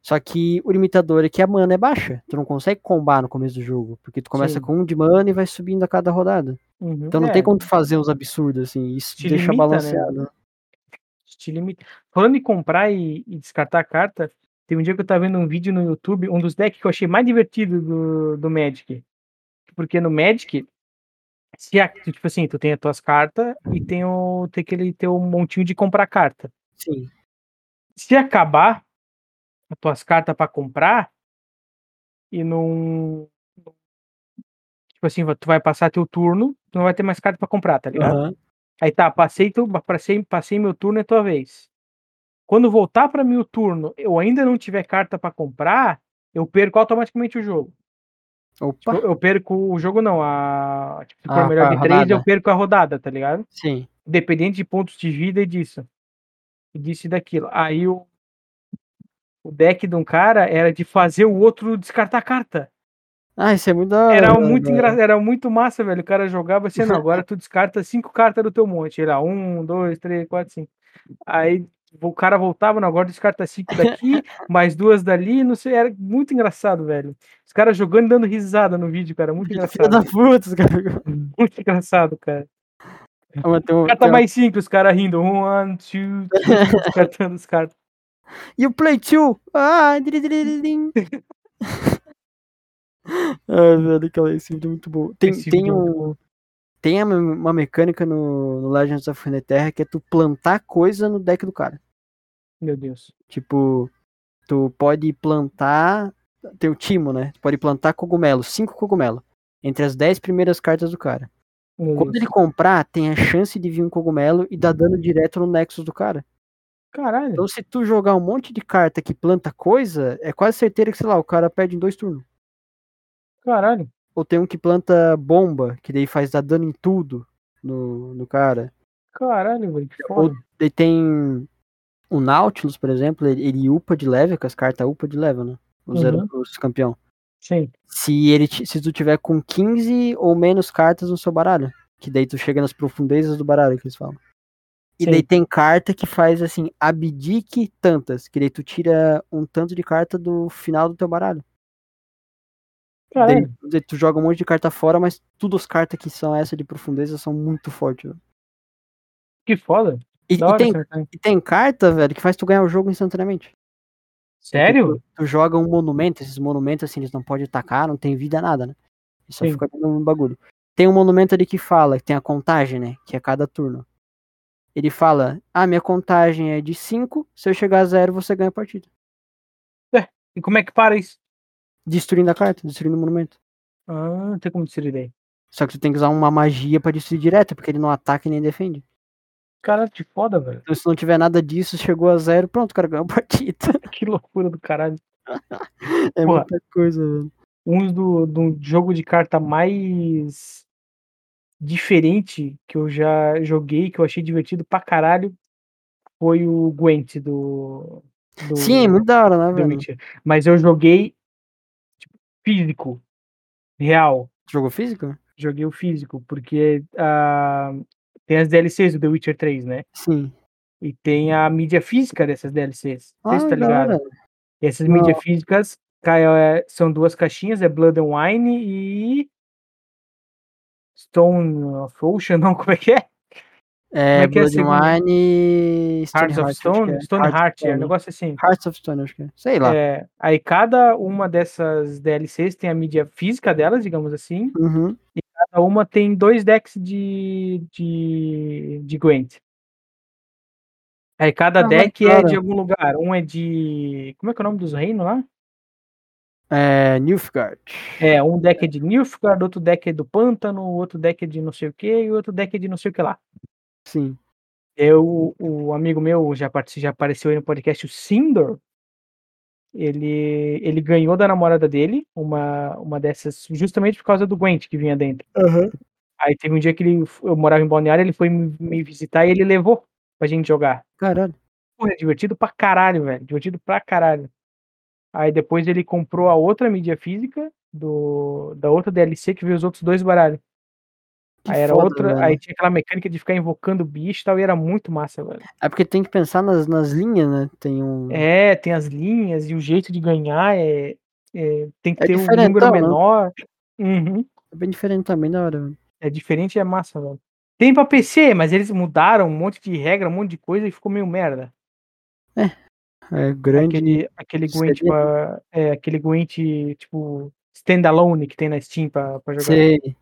[SPEAKER 2] Só que o limitador é que a mana é baixa. Tu não consegue combar no começo do jogo, porque tu começa
[SPEAKER 1] Sim.
[SPEAKER 2] com um de mana e vai subindo a cada rodada.
[SPEAKER 1] Uhum,
[SPEAKER 2] Então não
[SPEAKER 1] é,
[SPEAKER 2] tem como tu fazer uns absurdos, assim. Isso
[SPEAKER 1] Te limita,
[SPEAKER 2] deixa
[SPEAKER 1] né?
[SPEAKER 2] balanceado.
[SPEAKER 1] te limita. Falando em comprar e, e descartar a carta, tem um dia que eu tava vendo um vídeo no YouTube, um dos decks que eu achei mais divertido do, do Magic. Porque no Magic, se a- tipo assim, tu tem as tuas cartas e tem, o, tem aquele teu montinho de comprar carta.
[SPEAKER 2] Sim.
[SPEAKER 1] Se acabar as tuas cartas pra comprar e não. Tipo assim, tu vai passar teu turno, tu não vai ter mais carta pra comprar, tá ligado?
[SPEAKER 2] Aham.
[SPEAKER 1] Aí tá, passei, tu, passei, passei meu turno, é tua vez. Quando voltar para mim o turno, eu ainda não tiver carta para comprar, eu perco automaticamente o jogo.
[SPEAKER 2] Opa.
[SPEAKER 1] Tipo, eu perco o jogo não, a tipo, se for
[SPEAKER 2] Ah,
[SPEAKER 1] melhor
[SPEAKER 2] a
[SPEAKER 1] de três,
[SPEAKER 2] rodada.
[SPEAKER 1] eu perco a rodada, tá ligado?
[SPEAKER 2] Sim.
[SPEAKER 1] Dependente de pontos de vida e disso. E disso e daquilo. Aí o o deck de um cara era de fazer o outro descartar a carta.
[SPEAKER 2] Ah, isso é muito da hora,
[SPEAKER 1] Era um
[SPEAKER 2] né,
[SPEAKER 1] muito,
[SPEAKER 2] velho?
[SPEAKER 1] engra... era muito massa, velho. O cara jogava assim, não, agora tu descarta cinco cartas do teu monte. Era um, dois, três, quatro, cinco. Aí o cara voltava, não, agora descarta cinco daqui, mais duas dali, não sei. Era muito engraçado, velho. Os caras jogando e dando risada no vídeo, cara. Muito
[SPEAKER 2] Filha da
[SPEAKER 1] engraçado.
[SPEAKER 2] puta, os caras.
[SPEAKER 1] Muito engraçado, cara.
[SPEAKER 2] Ah, mas tem um-
[SPEAKER 1] Carta
[SPEAKER 2] tem
[SPEAKER 1] tá
[SPEAKER 2] um-
[SPEAKER 1] mais simples, os caras rindo. One, two, three, descartando os cartas.
[SPEAKER 2] E o Play 2? Ah, dri, dri, dri, drim. Ai, velho, aquela esse vídeo é muito bom. Tem,
[SPEAKER 1] Esse
[SPEAKER 2] tem
[SPEAKER 1] vídeo é muito
[SPEAKER 2] um. Tem uma- uma mecânica no, no Legends of Runeterra que é tu plantar coisa no deck do cara.
[SPEAKER 1] Meu Deus.
[SPEAKER 2] Tipo, tu pode plantar teu timo, né? Tu pode plantar cogumelo, cinco cogumelos. Entre as 10 primeiras cartas do cara.
[SPEAKER 1] Meu
[SPEAKER 2] Quando
[SPEAKER 1] Deus.
[SPEAKER 2] ele comprar, tem a chance de vir um cogumelo e dar dano direto no Nexus do cara.
[SPEAKER 1] Caralho.
[SPEAKER 2] Então, se tu jogar um monte de carta que planta coisa, é quase certeira que, sei lá, o cara perde em dois turnos.
[SPEAKER 1] Caralho.
[SPEAKER 2] Ou tem um que planta bomba, que daí faz dar dano em tudo no, no cara.
[SPEAKER 1] Caralho, velho. Que
[SPEAKER 2] Ou
[SPEAKER 1] foda.
[SPEAKER 2] daí tem o Nautilus, por exemplo, ele, ele upa de level, que as cartas upa de level, né? O zero, os campeão.
[SPEAKER 1] Sim.
[SPEAKER 2] Se, ele, ti- se tu tiver com 15 ou menos cartas no seu baralho, que daí tu chega nas profundezas do baralho, que eles falam. E daí
[SPEAKER 1] Sim.
[SPEAKER 2] tem carta que faz assim, abdique tantas, que daí tu tira um tanto de carta do final do teu baralho.
[SPEAKER 1] Caralho.
[SPEAKER 2] Daí- daí tu joga um monte de carta fora, mas todas as cartas que são essa de profundeza são muito fortes. velho.
[SPEAKER 1] Que foda.
[SPEAKER 2] E,
[SPEAKER 1] Da
[SPEAKER 2] e
[SPEAKER 1] hora
[SPEAKER 2] tem,
[SPEAKER 1] essa mecânica.
[SPEAKER 2] e tem carta, velho, que faz tu ganhar o jogo instantaneamente.
[SPEAKER 1] Sério?
[SPEAKER 2] Tu joga um monumento, esses monumentos assim, eles não podem atacar, não tem vida, nada, né? Eles só
[SPEAKER 1] Sim.
[SPEAKER 2] fica dando um bagulho. Tem um monumento ali que fala, que tem a contagem, né? Que é cada turno. Ele fala, ah, minha contagem é de 5, se eu chegar a zero, você ganha a partida.
[SPEAKER 1] E como é que para isso?
[SPEAKER 2] Destruindo a carta, destruindo o monumento.
[SPEAKER 1] Ah, não tem como tirar daí.
[SPEAKER 2] Só que tu tem que usar uma magia pra destruir direto, porque ele não ataca e nem defende.
[SPEAKER 1] Cara, que foda, velho.
[SPEAKER 2] Então, se não tiver nada disso, chegou a zero, pronto, o cara ganhou a partida.
[SPEAKER 1] Que loucura do caralho.
[SPEAKER 2] É
[SPEAKER 1] Porra.
[SPEAKER 2] muita coisa, velho.
[SPEAKER 1] Um do, do jogo de carta mais diferente que eu já joguei, que eu achei divertido pra caralho, foi o Gwent do. do
[SPEAKER 2] Sim, muito da hora, né,
[SPEAKER 1] do
[SPEAKER 2] velho?
[SPEAKER 1] Witcher. Mas eu joguei tipo, físico, real.
[SPEAKER 2] Jogo físico?
[SPEAKER 1] Joguei o físico, porque ah, tem as DLCs do The Witcher 3, né?
[SPEAKER 2] Sim.
[SPEAKER 1] E tem a mídia física dessas DLCs. Não sei se
[SPEAKER 2] Ah,
[SPEAKER 1] tá
[SPEAKER 2] da
[SPEAKER 1] ligado?
[SPEAKER 2] hora.
[SPEAKER 1] E essas
[SPEAKER 2] Não.
[SPEAKER 1] mídias físicas ca- é, são duas caixinhas, é Blood and Wine e. Stone of Ocean, não, como é que é? Como
[SPEAKER 2] É,
[SPEAKER 1] é que é a
[SPEAKER 2] Blood
[SPEAKER 1] segunda?
[SPEAKER 2] Wine. Stone
[SPEAKER 1] Hearts of Stone? Stone Heart, é um
[SPEAKER 2] Stone.
[SPEAKER 1] negócio assim.
[SPEAKER 2] Hearts of Stone, acho que é. Sei lá.
[SPEAKER 1] É, aí cada uma dessas DLCs tem a mídia física delas, digamos assim,
[SPEAKER 2] Uhum.
[SPEAKER 1] Cada uma tem dois decks de, de, de Gwent. Aí cada
[SPEAKER 2] Ah,
[SPEAKER 1] deck
[SPEAKER 2] da
[SPEAKER 1] é
[SPEAKER 2] hora.
[SPEAKER 1] de algum lugar. Um é de. Como é que é o nome dos reinos lá?
[SPEAKER 2] É, Nilfgaard.
[SPEAKER 1] É, um deck é de Nilfgaard, outro deck é do Pântano, outro deck é de não sei o que, e outro deck é de não sei o que lá.
[SPEAKER 2] Sim.
[SPEAKER 1] Eu, o amigo meu já, partici- já apareceu aí no podcast, o Sindor. Ele, ele ganhou da namorada dele uma, uma dessas, justamente por causa do Gwent que vinha dentro.
[SPEAKER 2] Uhum.
[SPEAKER 1] Aí teve um dia que ele, eu morava em Balneário, ele foi me me visitar e ele levou pra gente jogar.
[SPEAKER 2] Caralho.
[SPEAKER 1] Porra, é divertido pra caralho, velho. Divertido pra caralho. Aí depois ele comprou a outra mídia física do, da outra DLC que veio os outros dois baralhos.
[SPEAKER 2] que
[SPEAKER 1] aí era
[SPEAKER 2] foda,
[SPEAKER 1] outra,
[SPEAKER 2] velho.
[SPEAKER 1] aí tinha aquela mecânica de ficar invocando bicho e tal, e era muito massa, velho.
[SPEAKER 2] É porque tem que pensar nas, nas linhas, né? Tem um.
[SPEAKER 1] É, tem as linhas e o jeito de ganhar é, é- tem que
[SPEAKER 2] É
[SPEAKER 1] ter um
[SPEAKER 2] diferentão,
[SPEAKER 1] número
[SPEAKER 2] né?
[SPEAKER 1] menor. Uhum.
[SPEAKER 2] É bem diferente também, da hora, velho.
[SPEAKER 1] É diferente e é massa, velho. Tem pra PC, mas eles mudaram um monte de regra, um monte de coisa e ficou meio merda.
[SPEAKER 2] É grande.
[SPEAKER 1] aquele, aquele Gwent,
[SPEAKER 2] seria-
[SPEAKER 1] pra- é, aquele Gwent, tipo, standalone que tem na Steam pra, pra jogar.
[SPEAKER 2] Sei.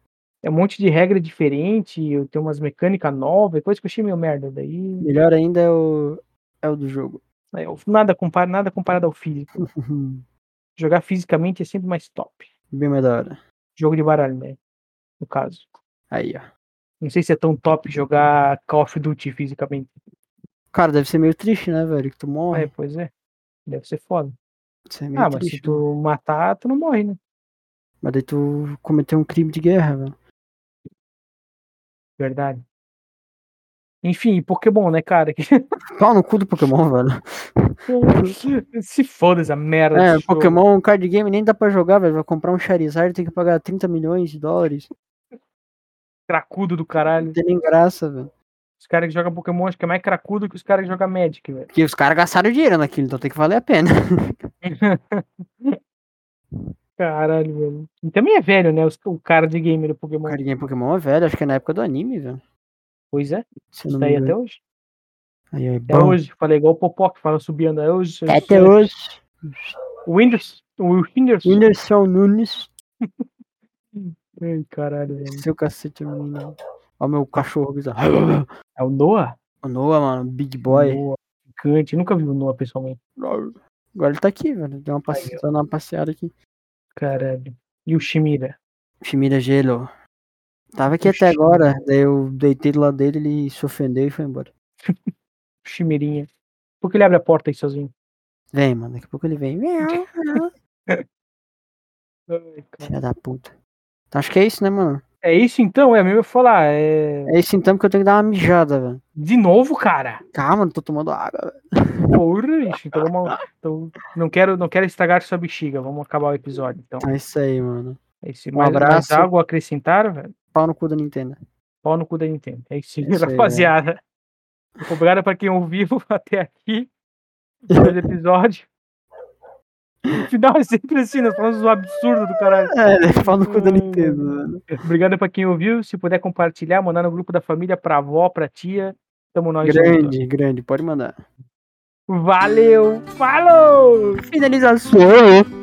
[SPEAKER 1] É um monte de regra diferente, eu tenho umas mecânicas novas, coisa que eu achei meio merda. Daí,
[SPEAKER 2] Melhor ainda é o. É o do jogo. Uhum.
[SPEAKER 1] é, eu- nada, compara, nada comparado ao físico. Jogar fisicamente é sempre mais top.
[SPEAKER 2] Bem mais da hora.
[SPEAKER 1] Jogo de baralho, né? No caso.
[SPEAKER 2] Aí, ó.
[SPEAKER 1] Não sei se é tão top jogar Call of Duty fisicamente.
[SPEAKER 2] Cara, deve ser meio triste, né, velho? Que tu morre.
[SPEAKER 1] É, pois é. Deve ser foda.
[SPEAKER 2] Isso é meio
[SPEAKER 1] Ah, mas
[SPEAKER 2] triste.
[SPEAKER 1] se tu matar, tu não morre, né?
[SPEAKER 2] Mas daí tu cometeu um crime de guerra, velho.
[SPEAKER 1] Verdade. Enfim, Pokémon, né, cara?
[SPEAKER 2] Pau no cu do Pokémon, velho.
[SPEAKER 1] Se foda essa merda.
[SPEAKER 2] É,
[SPEAKER 1] desse jogo.
[SPEAKER 2] Pokémon card game nem dá pra jogar, velho. Vai comprar um Charizard, tem que pagar 30 milhões de dólares.
[SPEAKER 1] Cracudo do
[SPEAKER 2] Não
[SPEAKER 1] caralho.
[SPEAKER 2] tem nem graça, velho.
[SPEAKER 1] Os caras que jogam Pokémon acho que é mais cracudo que os caras que jogam Magic, velho.
[SPEAKER 2] Porque os caras gastaram dinheiro naquilo, então tem que valer a pena.
[SPEAKER 1] Caralho, velho. E também é velho, né? os- o cara de game do
[SPEAKER 2] O
[SPEAKER 1] Pokémon.
[SPEAKER 2] card game Pokémon é velho, acho que é na época do anime, velho.
[SPEAKER 1] Pois é.
[SPEAKER 2] Se
[SPEAKER 1] Isso
[SPEAKER 2] eu não me
[SPEAKER 1] daí até
[SPEAKER 2] engano.
[SPEAKER 1] hoje.
[SPEAKER 2] Aí é
[SPEAKER 1] Até
[SPEAKER 2] bom.
[SPEAKER 1] hoje. Falei igual o Popó que fala subindo. É hoje.
[SPEAKER 2] Até, hoje.
[SPEAKER 1] O Windows. O Windows.
[SPEAKER 2] Whindersson Nunes.
[SPEAKER 1] Ai, caralho, velho.
[SPEAKER 2] Seu cacete, menino. Ó, meu cachorro bizarro.
[SPEAKER 1] É o Noah?
[SPEAKER 2] O Noah, mano, Big Boy.
[SPEAKER 1] Noah. Gigante. Nunca vi o Noah pessoalmente.
[SPEAKER 2] Agora ele tá aqui, velho. Deu uma passe... dando uma passeada aqui.
[SPEAKER 1] Caralho. E o Shimira?
[SPEAKER 2] Shimira Gelo. Tava aqui
[SPEAKER 1] Oxi.
[SPEAKER 2] até agora, daí eu deitei do lado dele, ele se ofendeu e foi embora.
[SPEAKER 1] O Shimirinha. Por que ele abre a porta aí sozinho?
[SPEAKER 2] Vem, mano, daqui a pouco ele vem. Miau,
[SPEAKER 1] Ai, cara.
[SPEAKER 2] Filha da puta. Então acho que é isso, né, mano?
[SPEAKER 1] É isso então? É mesmo eu falar. É...
[SPEAKER 2] É isso então que eu tenho que dar uma mijada, velho.
[SPEAKER 1] De novo, cara.
[SPEAKER 2] Calma, não tô tomando água, velho.
[SPEAKER 1] Porra, bicho. Então vamos. então, não, quero, não quero estragar sua bexiga. Vamos acabar o episódio. Então,
[SPEAKER 2] Então É isso aí, mano.
[SPEAKER 1] é isso.
[SPEAKER 2] Um
[SPEAKER 1] mais,
[SPEAKER 2] abraço.
[SPEAKER 1] Mais algo a acrescentar, velho?
[SPEAKER 2] Pau no cu da Nintendo.
[SPEAKER 1] Pau no cu da Nintendo. É isso, aí,
[SPEAKER 2] É isso aí,
[SPEAKER 1] rapaziada. Obrigado pra quem ouviu até aqui. Dois episódio. O final é sempre assim, nós falamos um absurdo do caralho.
[SPEAKER 2] É, pau no cu da
[SPEAKER 1] Hum.
[SPEAKER 2] Nintendo, mano.
[SPEAKER 1] Obrigado pra quem ouviu. Se puder compartilhar, mandar no grupo da família, pra avó, pra tia. Tamo nós juntos.
[SPEAKER 2] Grande, grande, pode mandar.
[SPEAKER 1] Valeu! Falou!
[SPEAKER 2] Finalização.